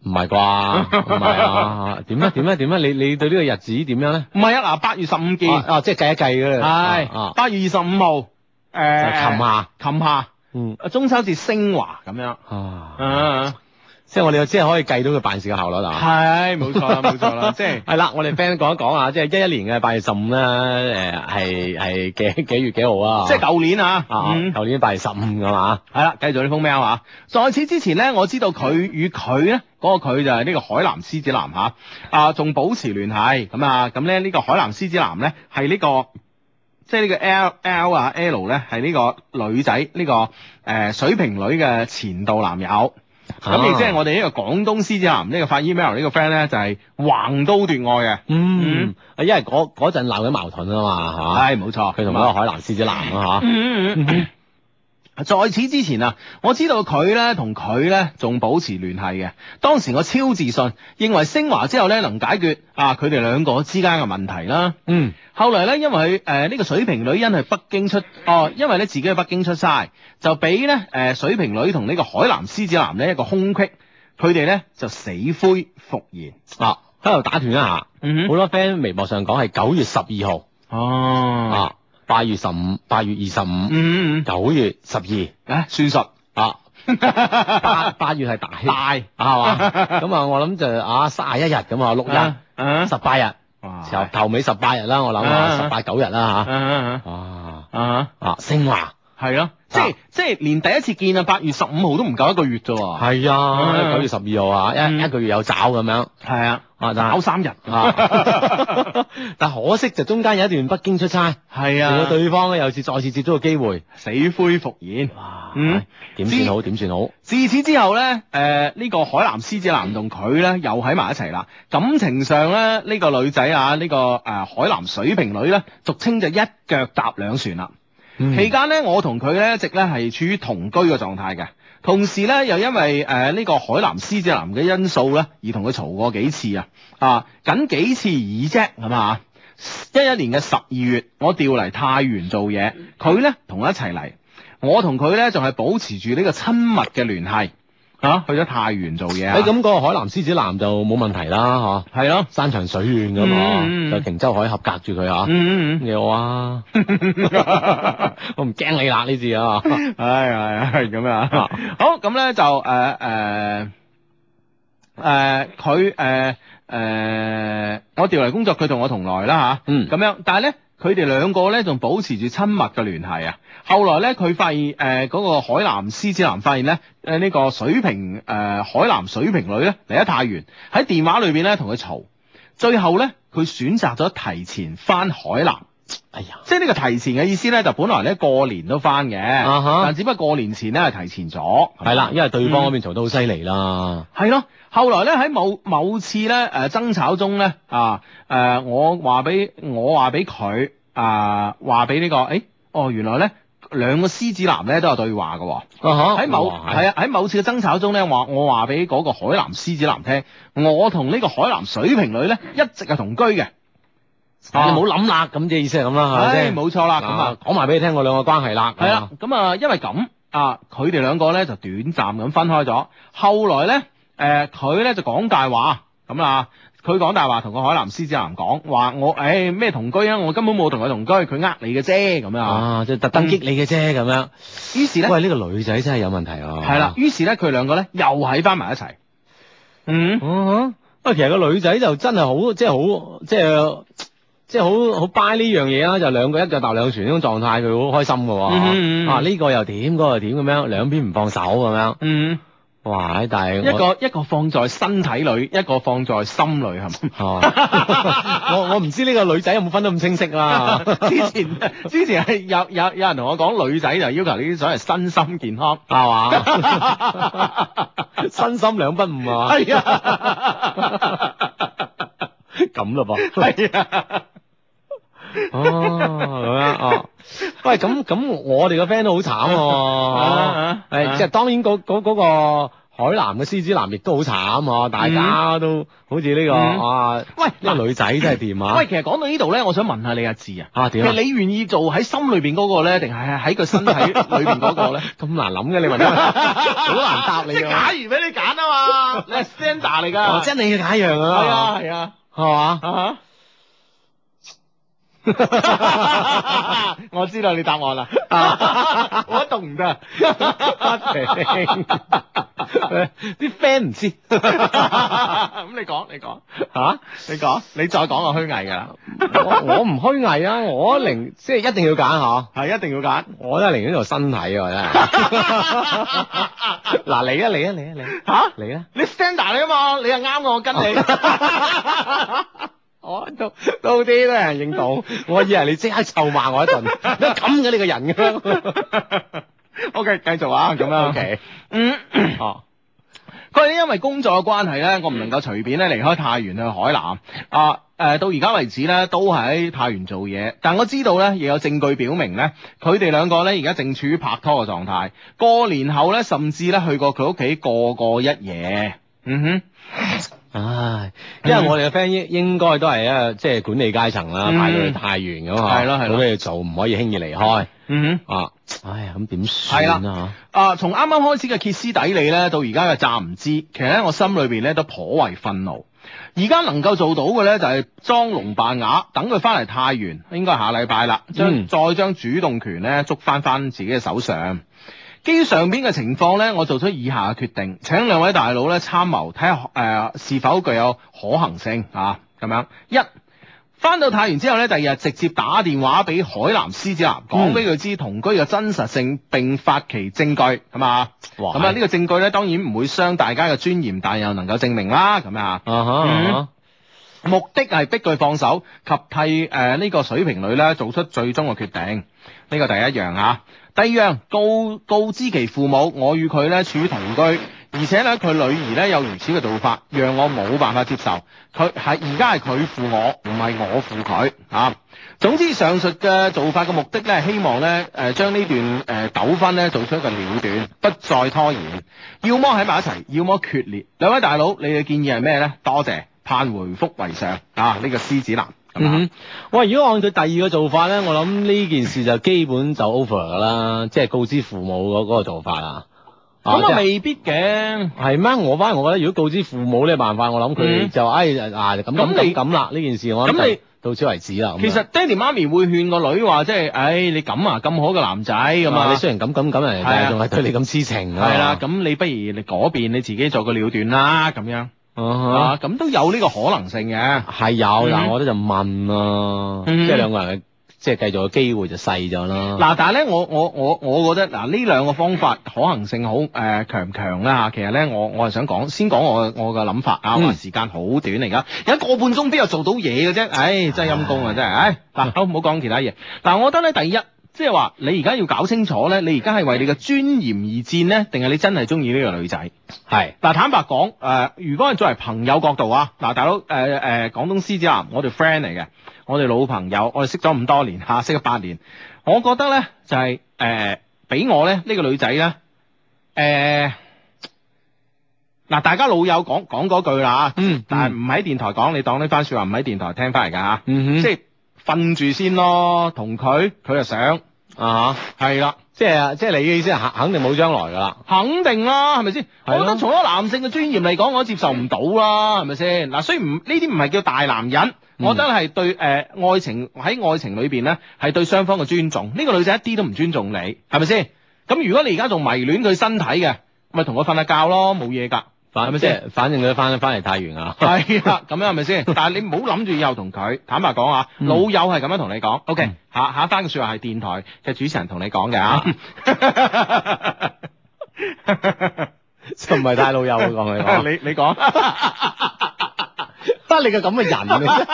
Speaker 4: 吓，唔係啩？唔係 啊？點啊點啊點啊？你你對呢個日子點樣咧？
Speaker 1: 唔係啊，嗱，八月十五見，
Speaker 4: 啊啊，即係計一計㗎啦。
Speaker 1: 係
Speaker 4: 啊，
Speaker 1: 八月二十五號，
Speaker 4: 就
Speaker 1: 誒，
Speaker 4: 擒，下。
Speaker 1: 擒下，
Speaker 4: 嗯
Speaker 1: 中秋節升華咁樣，
Speaker 4: 啊，
Speaker 1: 啊，
Speaker 4: 即係我哋即係可以計到佢辦事嘅效率啊。
Speaker 1: 係，冇 錯啦，冇錯啦，即係。
Speaker 4: 係啦，我哋 friend 講一講啊，即係一一年嘅八月十五啦，誒係係幾幾月幾號啊？
Speaker 1: 即係舊年啊，
Speaker 4: 啊，
Speaker 1: 嗯
Speaker 4: 舊年八月十五㗎嘛，
Speaker 1: 係啦，繼續呢封 mail 啊。在此之前呢，我知道佢與佢呢嗰、個佢就係呢個海南獅子男嚇，啊，仲保持聯繫咁啊。咁咧呢個海南獅子男呢，係呢、個。即係呢個 L L 啊 L 呢，係呢個女仔呢、個誒、呃水瓶女嘅前度男友，
Speaker 4: 啊
Speaker 1: 咁亦即係我哋呢個廣東獅子男呢個發 email 呢個 friend 呢，就係、橫刀奪愛嘅，啊
Speaker 4: 嗯，因為嗰嗰陣鬧緊矛盾啊嘛，係嘛？
Speaker 1: 係冇錯，
Speaker 4: 佢同嗰個海南獅子男啊嚇，
Speaker 1: 嗯嗯嗯在此之前啊，我知道佢呢同佢呢仲保持聯繫嘅。當時我超自信，認為升華之後呢能解決啊佢哋兩個之間嘅問題啦。
Speaker 4: 嗯，
Speaker 1: 後來咧，因為誒呢個水瓶女因去北京出哦，因為咧自己去北京出差，就俾咧誒水瓶女同呢個海南獅子男呢一個空隙，佢哋咧就死灰復燃。
Speaker 4: 啊，喺度打斷一下，好
Speaker 1: 嗯
Speaker 4: 多 friend 微博上講係九月十二號
Speaker 1: 哦，
Speaker 4: 啊，八月十五、八月二十五、
Speaker 1: 嗯嗯
Speaker 4: 九月十二
Speaker 1: 嗯，啊算術
Speaker 4: 啊，八八月係大
Speaker 1: 大
Speaker 4: 係嘛？咁啊，我諗就啊卅一日咁啊，六日
Speaker 1: 啊
Speaker 4: 十八日，
Speaker 1: 哇
Speaker 4: 頭頭尾十八日啦，我諗
Speaker 1: 啊
Speaker 4: 啊十八九日啦
Speaker 1: 啊
Speaker 4: 吓。啊
Speaker 1: 啊
Speaker 4: 啊，升華
Speaker 1: 係咯，即係即係連第一次見啊，八月十五號都唔夠一個月啫喎。嗯
Speaker 4: 係啊，九月十二號啊，
Speaker 1: 嗯
Speaker 4: 一一個月有找咁樣
Speaker 1: 係啊，
Speaker 4: 啊，但
Speaker 1: 搞三日
Speaker 4: 啊！但可惜就中間有一段北京出差，
Speaker 1: 係
Speaker 4: 令
Speaker 1: 啊
Speaker 4: 到，對方咧又次再次接觸嘅機會，
Speaker 1: 死灰復燃。
Speaker 4: 哇
Speaker 1: 嗯
Speaker 4: 點算好？點算好？
Speaker 1: 自此之後咧，誒、呢、個海南獅子男同佢咧又喺埋一齊啦。感情上咧，呢、個女仔啊，呢、個誒、呃海南水瓶女咧，俗稱就一腳踏兩船啦。
Speaker 4: 嗯
Speaker 1: 期間咧，我同佢咧一直咧係處於同居嘅狀態嘅，同時咧又因為呃誒呢、個海南獅子男嘅因素咧，而同佢嘈過幾次啊，啊僅幾次而啫，係嘛？一一年嘅十二月，我調嚟太原做嘢，佢咧同我一齊嚟，我同佢咧仲係保持住呢個親密嘅聯繫，啊去咗太原做嘢啊，
Speaker 4: 誒咁嗰個海南獅子男就冇問題啦，
Speaker 1: 係咯
Speaker 4: 嗬，，山長水遠咁
Speaker 1: 嗯嗯
Speaker 4: 嗬，就瓊州海峽隔住佢啊。
Speaker 1: 嗯嗯嗯。
Speaker 4: 有啊， 我唔驚你啦呢 次啊，
Speaker 1: 唉，係係咁啊！好咁咧就呃誒誒誒佢誒誒，我調嚟工作，佢同我同來啦吓，
Speaker 4: 嗯
Speaker 1: 咁樣，但係咧。佢哋兩個咧仲保持住親密嘅聯繫啊！後來咧，佢發現呃誒嗰、個海南獅子男發現咧，誒、呢個水瓶誒、呃海南水瓶女咧嚟得太原，喺電話裏邊咧同佢嘈，最後咧佢選擇咗提前翻海南。
Speaker 4: 哎呀，
Speaker 1: 即係呢個提前嘅意思咧，就本來咧過年都翻嘅，
Speaker 4: 啊哈
Speaker 1: 但只不過過年前咧係提前咗，
Speaker 4: 係啦，因為對方嗰邊嘈得好犀利啦，
Speaker 1: 係咯。後來咧喺某某次咧誒、呃爭吵中咧啊誒、呃我話俾我話俾佢啊話俾呢個誒、欸哦原來咧兩個獅子男咧都有對話嘅喎。嗯喺
Speaker 4: 喺
Speaker 1: 某係啊喺某次嘅爭吵中咧，話我話俾嗰個海南獅子男聽，我同呢個海南水瓶女咧一直係同居嘅。
Speaker 4: 你唔好諗啦，咁嘅意思係咁啦，係咪
Speaker 1: 唉，
Speaker 4: 先？
Speaker 1: 冇錯啦，咁啊。
Speaker 4: 講埋俾你聽，我兩個關係啦，
Speaker 1: 係啦，咁啊，因為咁啊，佢哋兩個咧就短暫咁分開咗。後來咧，誒、佢咧就講大話咁啦，佢講大話同個海南獅子男講話我誒咩、同居啊，我根本冇同佢同居，佢呃你嘅啫咁樣啊。
Speaker 4: 啊，即係特登激你嘅啫咁樣。
Speaker 1: 於是咧，
Speaker 4: 喂，呢個女仔真係有問題啊！
Speaker 1: 係啦，，於是咧佢兩個咧又喺翻埋一齊。嗯，
Speaker 4: 嗯喂，其實個女仔就真係好，即係好，即係即係好好 buy 呢樣嘢啦，就兩個一腳踏兩船呢種狀態，佢好開心嘅
Speaker 1: 嗯嗯嗯
Speaker 4: 喎。啊，呢個又點，嗰個又點咁樣，兩邊唔放手咁樣。
Speaker 1: 嗯，
Speaker 4: 哇！但係
Speaker 1: 一
Speaker 4: 我
Speaker 1: 個一個放在身體裏，一個放在心裏，係 咪？
Speaker 4: 係嘛我我唔知呢個女仔有冇分得咁清晰啦。
Speaker 1: 之前之前係有有有人同我講，女仔就要求呢啲所謂身心健 康。
Speaker 4: 係嘛？身心兩不誤啊！
Speaker 1: 係啊。
Speaker 4: 咁咯噃，係啊，哦咁樣哦，喂咁咁我哋個 friend 都好
Speaker 1: 啊
Speaker 4: 慘喎，
Speaker 1: 啊
Speaker 4: 誒即係當然嗰嗰嗰個海南嘅獅子男亦都好慘喎，大家都好似呢個
Speaker 1: 嗯
Speaker 4: 啊，
Speaker 1: 喂
Speaker 4: 呢個女仔真係掂啊
Speaker 1: 喂，，其實講到呢度咧，我想問下你阿志啊，
Speaker 4: 啊
Speaker 1: 其
Speaker 4: 點
Speaker 1: 實
Speaker 4: 啊，
Speaker 1: 你願意做喺心裏邊嗰個咧，定係喺個身 體裏邊嗰個咧？
Speaker 4: 咁難諗嘅你問得，好難答你
Speaker 1: 即係假
Speaker 4: 㗎，
Speaker 1: 如俾你揀 啊嘛，你係 stander 嚟
Speaker 4: 哦
Speaker 1: 㗎，
Speaker 4: 即係你嘅假樣
Speaker 1: 係啊
Speaker 4: 啊，
Speaker 1: 係啊，
Speaker 4: 係
Speaker 1: 啊
Speaker 4: 嘛？
Speaker 1: 哈我知道你答案 啦，我一動唔得，
Speaker 4: 啲 friend 唔知
Speaker 1: 咁你講你講
Speaker 4: 嚇。
Speaker 1: 你講，你再講個虛偽㗎啦，
Speaker 4: 我我唔虛偽啊，我寧即係一定要揀嚇，
Speaker 1: 係一定要揀。
Speaker 4: 我都係寧願做身體喎，真係。嗱，你啊，你啊，你啊，你啊
Speaker 1: 嚇
Speaker 4: 你啊，
Speaker 1: 你 stander 你啊嘛，你又啱我，我跟 你。
Speaker 4: 我到到啲都有人認同，我以為你即刻臭 罵我一頓，都咁嘅你個人咁樣。
Speaker 1: O K，繼續 啊，咁樣。
Speaker 4: OK，
Speaker 1: 嗯，
Speaker 4: 哦，
Speaker 1: 佢話咧因為工作嘅關係咧，我唔能夠隨便咧離開太原去海南啊。誒、到而家為止咧，都係喺太原做嘢，但我知道咧，亦有證據表明咧，佢哋兩個咧而家正處於拍拖嘅狀態。過年後咧，甚至咧去過佢屋企過過一夜。嗯
Speaker 4: 唉，因為我哋嘅 friend 應應該都係啊，即係管理階層啦，
Speaker 1: 嗯
Speaker 4: 派到去太原咁啊，
Speaker 1: 係咯係咯
Speaker 4: 冇嘢做，唔可以輕易離開
Speaker 1: 哼，嗯哼。
Speaker 4: 啊。唉呀，咁點算
Speaker 1: 係
Speaker 4: 啊？
Speaker 1: 啊，從啱啱開始嘅歇斯底里咧，到而家嘅詐唔知，其實咧我心裏邊咧都頗為憤怒。而家能夠做到嘅咧就係裝聾扮啞，等佢翻嚟太原，應該下禮拜啦，將、
Speaker 4: 嗯
Speaker 1: 再將主動權咧捉翻翻自己嘅手上。基於上邊嘅情況咧，我做出以下嘅決定，請兩位大佬咧參謀，睇下誒是否具有可行性啊？咁樣一。翻到太原之後咧，第二日直接打電話俾海南獅子男，講俾佢知同居嘅真實性並發其證據，係嘛？
Speaker 4: 哇
Speaker 1: 咁啊，呢個證據咧當然唔會傷大家嘅尊嚴，但又能夠證明啦，咁啊。
Speaker 4: 啊哈啊哈
Speaker 1: 目的係逼佢放手及替呃誒呢、個水瓶女咧做出最終嘅決定，呢個第一樣啊。第二樣告告知其父母，我與佢咧處於同居，而且咧佢女兒咧有如此嘅做法，讓我冇辦法接受。佢係而家係佢負我，唔係我負佢啊。總之上述嘅做法嘅目的咧，係希望咧誒將呢段誒、呃、糾紛咧做出一個了斷，不再拖延。要麼喺埋一齊，要麼決裂。兩位大佬，你嘅建議係咩咧？多謝，盼回覆為上啊！呢、個獅子男咁
Speaker 4: 嗯
Speaker 1: 啊
Speaker 4: 哼，喂，如果按佢第二個做法咧，我諗呢件事就基本就 over 噶啦，即係告知父母嗰嗰個做法啦。
Speaker 1: 咁
Speaker 4: 即
Speaker 1: 啊
Speaker 4: 係
Speaker 1: 未必嘅。
Speaker 4: 係咩？我反而我覺得，如果告知父母呢個辦法，我諗
Speaker 1: 嗯
Speaker 4: 佢就哎啊咁咁
Speaker 1: 咁你
Speaker 4: 咁咁啦，呢件事我
Speaker 1: 咁
Speaker 4: 諗
Speaker 1: 你
Speaker 4: 就到此為止啦。咁樣
Speaker 1: 其實爹哋媽咪會勸個女話，即係，唉、你咁啊，咁好嘅男仔咁
Speaker 4: 咁啊，
Speaker 1: 啊，
Speaker 4: 你雖然咁咁咁，人
Speaker 1: 係啊
Speaker 4: 哋仲係對你咁痴情啊。
Speaker 1: 係啦，咁你不如你嗰邊你自己做個了斷啦，咁樣
Speaker 4: 啊
Speaker 1: 啊，咁都有呢個可能性嘅。
Speaker 4: 哈係
Speaker 1: 嗯
Speaker 4: 有，但我覺得就問咯，
Speaker 1: 嗯
Speaker 4: 即係兩個人嘅即係繼續嘅機會就細咗啦。
Speaker 1: 嗱，但係咧，我我我我覺得嗱，呢兩個方法可行性好誒、呃、強唔強啦嚇。其實咧，我我係想講，先講我我嘅諗法啊。
Speaker 4: 嗯
Speaker 1: 話時間好短嚟噶，有一個半鐘邊有做到嘢嘅啫？唉，真係陰公啊！真係，唉，嗱，好唔好講其他嘢？嗱，我覺得咧，第一。即係話，你而家要搞清楚咧，你而家係為你嘅尊嚴而戰呢，定係你真係中意呢個女仔？
Speaker 4: 係
Speaker 1: 嗱，坦白講，誒、如果係作為朋友角度啊，嗱，大佬，誒、誒、廣東獅子男，我哋 friend 嚟嘅，我哋老朋友，我哋識咗咁多年 嚇、識咗八年，我覺得咧就係、誒，俾、我咧呢、呢個女仔咧，誒、嗱，大家老友講講嗰句啦，啊
Speaker 4: 嗯
Speaker 1: 但係唔喺電台講，你當呢番説話唔喺電台聽翻嚟㗎嚇，
Speaker 4: 嗯哼
Speaker 1: 即係瞓住先咯，同佢，佢就想，
Speaker 4: 啊哈，
Speaker 1: 係啦。
Speaker 4: 即係即係你嘅意思係肯肯定冇將來㗎啦。
Speaker 1: 肯定啦，係咪先？我
Speaker 4: 係
Speaker 1: 覺
Speaker 4: 咯
Speaker 1: 得從一個男性嘅尊嚴嚟講，我接受唔到啦，係咪先？嗱，雖然唔呢啲唔係叫大男人，
Speaker 4: 嗯
Speaker 1: 我覺得係對誒、呃、愛情喺愛情裏邊咧係對雙方嘅尊重。呢、個女仔一啲都唔尊重你，係咪先？咁如果你而家仲迷戀佢身體嘅，咪同佢瞓下覺咯，冇 嘢㗎，係
Speaker 4: 反
Speaker 1: 咪
Speaker 4: 即
Speaker 1: 先？
Speaker 4: 係反正佢翻翻嚟太原啊。
Speaker 1: 係啦，咁樣係咪先？但係你唔好諗住以後同佢，坦白講啊，
Speaker 4: 嗯
Speaker 1: 老友係咁樣同你講。OK，、
Speaker 4: 嗯
Speaker 1: 下下一單嘅説話係電台嘅主持人同你講 嘅啊。
Speaker 4: 就唔係太老友喎講佢，
Speaker 1: 你你講。
Speaker 4: 得你個咁嘅
Speaker 1: 啊
Speaker 4: 人嘅。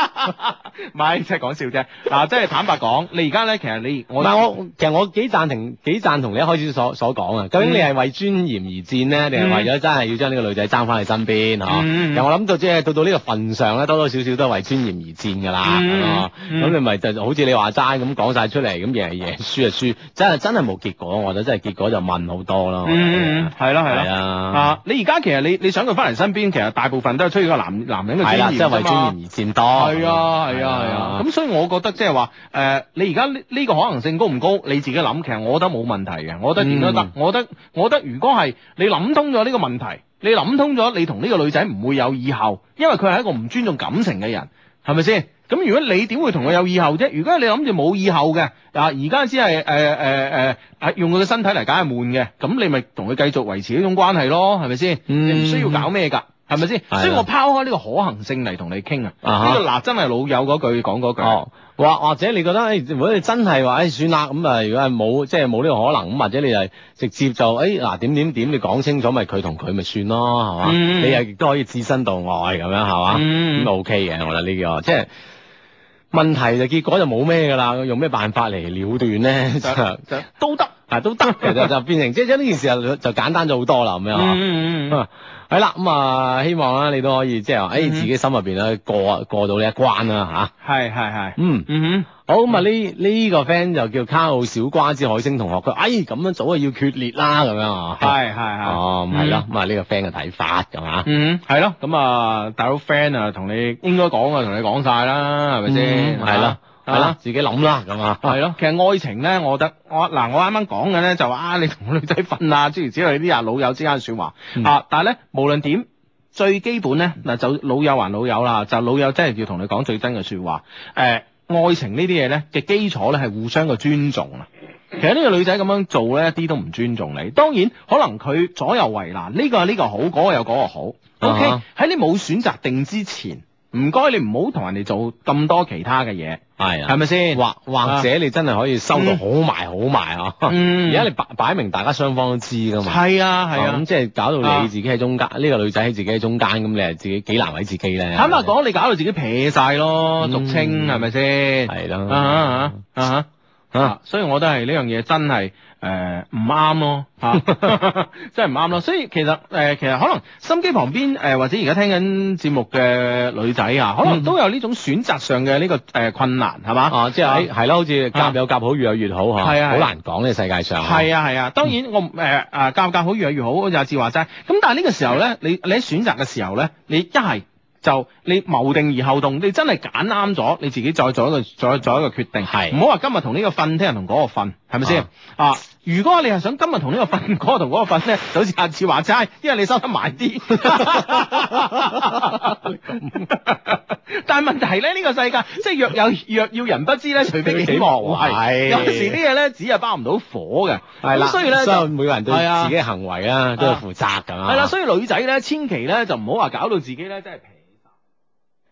Speaker 1: 唔係，即係講笑啫。嗱，即係坦白講，你而家咧，其實你
Speaker 4: 唔
Speaker 1: 我
Speaker 4: 係我，其實我幾贊同幾贊同你一開始所所講啊。究竟你係為尊嚴而戰呢？定
Speaker 1: 嗯
Speaker 4: 係為咗真係要將呢個女仔爭翻你身邊嚇？
Speaker 1: 嗯嗯
Speaker 4: 其實我諗到即係到到呢個份上咧，多多少少都係為尊嚴而戰㗎啦。
Speaker 1: 嗯
Speaker 4: 係嘛
Speaker 1: 嗯
Speaker 4: 咁你咪就好似你話齋咁講晒出嚟，咁贏係贏，輸係輸，真係真係冇結果。我覺得真係結果就問好多咯。
Speaker 1: 嗯，嗯係咯係
Speaker 4: 係
Speaker 1: 咯。
Speaker 4: 啊，
Speaker 1: 啊！你而家其實你你想佢翻嚟身邊，其實大部分都係出於個男男人嘅
Speaker 4: 係
Speaker 1: 尊
Speaker 4: 啦，
Speaker 1: 嚴
Speaker 4: 即係為
Speaker 1: 啫
Speaker 4: 尊嚴
Speaker 1: 嘛。
Speaker 4: 而戰多。
Speaker 1: 係啊係啊係啊！咁所以我覺得即係話誒，你而家呢呢個可能性高唔高？你自己諗。其實我覺得冇問題嘅，我覺得點都得
Speaker 4: 嗯。
Speaker 1: 我覺得我覺得如果係你諗通咗呢個問題，你諗通咗，你同呢個女仔唔會有以後，因為佢係一個唔尊重感情嘅人，係咪先？咁如果你點會同佢有以後啫？如果你諗住冇以後嘅，啊而家只係誒誒誒，用佢嘅身體嚟梗係悶嘅，咁你咪同佢繼續維持呢種關係咯，係咪先？
Speaker 4: 嗯
Speaker 1: 你唔需要搞咩㗎，係咪先？
Speaker 4: 係啊
Speaker 1: 所以我拋開呢個可行性嚟同你傾啊，
Speaker 4: 啊哈
Speaker 1: 呢個嗱真係老友嗰句講嗰句。
Speaker 4: 哦，或或者你覺得誒、如果你真係話誒算啦，咁啊，如果係冇即係冇呢個可能，咁或者你係直接就誒嗱、點點點，你講清楚咪佢同佢咪算咯，係嘛？
Speaker 1: 嗯
Speaker 4: 你又亦都可以置身度外咁樣係嘛？
Speaker 1: 嗯
Speaker 4: 咁啊 OK 嘅，我覺得呢、個即係。問題就結果就冇咩㗎啦，用咩辦法嚟了斷咧？
Speaker 1: 就
Speaker 4: 就
Speaker 1: 就都得。
Speaker 4: 啊都得，其 實就變成即係呢件事就就簡單咗好多啦，咁樣嚇。
Speaker 1: 嗯嗯
Speaker 4: 啊係啦，咁啊，希望啦，你都可以即係話，誒、哎自己心入邊咧過過到呢一關啦嚇、
Speaker 1: 係係係。
Speaker 4: 嗯，
Speaker 1: 嗯
Speaker 4: 好咁啊，呢呢個 friend 就叫卡奧小瓜之海星同學，佢哎咁樣早就要決裂啦，咁樣啊
Speaker 1: 哼，。係係係。
Speaker 4: 哦，咁係咯，咁啊呢個 friend 嘅睇法咁啊。
Speaker 1: 嗯，係咯，咁啊，大佬 friend 啊，同你應該講啊，同你講晒啦，係咪先？
Speaker 4: 嗯
Speaker 1: 啊
Speaker 4: 係啦，
Speaker 1: 係
Speaker 4: 係
Speaker 1: 啦
Speaker 4: 啦，。自己諗啦，咁啊。
Speaker 1: 係咯，其實愛情咧，我覺得我嗱，我啱啱講嘅咧就話啊，你同個女仔瞓啊， 諸如此類呢啲啊老友之間嘅説話、
Speaker 4: 嗯
Speaker 1: 啊，但係咧無論點。最基本咧，嗱就老友還老友啦，就老友真係要同你講最真嘅説話。誒、愛情呢啲嘢咧嘅基礎咧係互相嘅尊重啊，其實呢個女仔咁樣做咧，一啲都唔尊重你。當然，可能佢左右為難，呢、個係呢個好，嗰、個有嗰個好。O K，
Speaker 4: 啊
Speaker 1: 喺你冇選擇定之前，唔該你唔好同人哋做咁多其他嘅嘢，
Speaker 4: 係
Speaker 1: 係
Speaker 4: 啊，
Speaker 1: 咪先？
Speaker 4: 或或者你真係可以收到好埋好埋啊！
Speaker 1: 嗯
Speaker 4: 而家你擺擺明大家雙方都知噶嘛。哦
Speaker 1: 係啊，係啊
Speaker 4: 咁。即係搞到
Speaker 1: 啊
Speaker 4: 你自己喺中間，呢個女仔喺自己喺中間，咁你係自己幾難為自己咧？
Speaker 1: 坦白，講，你搞到自己撇晒咯，
Speaker 4: 嗯
Speaker 1: 俗稱係咪先？
Speaker 4: 係
Speaker 1: 啊啊
Speaker 4: 啦，
Speaker 1: 啊啊啊！所以我覺得係呢樣嘢真係誒唔啱 咯嚇， 真係唔啱咯。所以其實誒、其實可能心機旁邊誒、或者而家聽緊節目嘅女仔啊，可
Speaker 4: 嗯
Speaker 1: 能都有呢種選擇上嘅呢、個誒、困難係嘛？
Speaker 4: 啊，即係喺係咯，好似
Speaker 1: 啊
Speaker 4: 夾有夾好，越有越好嚇，
Speaker 1: 係啊係啊
Speaker 4: 好難講呢個世界上。
Speaker 1: 係啊係
Speaker 4: 嗯
Speaker 1: 啊，當然我唔誒誒教教好越嚟越好，好似阿志話齋。咁但係呢個時候
Speaker 4: 嗯
Speaker 1: 咧，你你喺選擇嘅時候咧，你一係就你謀定而後動，你真係揀啱咗，你自己再做一個再做一個決定。
Speaker 4: 係
Speaker 1: 唔好話今日同呢個瞓，聽日同嗰個瞓，係咪先
Speaker 4: 啊？
Speaker 1: 啊，如果你係想今日同呢個瞓， 嗰個同嗰個瞓咧，就好似阿志話齋，因為你收得埋啲。 但係問題咧，呢、個世界即係若有若要人不知咧，除非己 莫為。
Speaker 4: 係
Speaker 1: 有時啲嘢咧，紙係包唔到火嘅。
Speaker 4: 係啦，
Speaker 1: 咁所以咧
Speaker 4: 所
Speaker 1: 就
Speaker 4: 以每個人對
Speaker 1: 係啊
Speaker 4: 自己嘅行為啊都有負責㗎嘛。
Speaker 1: 係啦，所以女仔咧，千祈咧就唔好話搞到自己咧，真係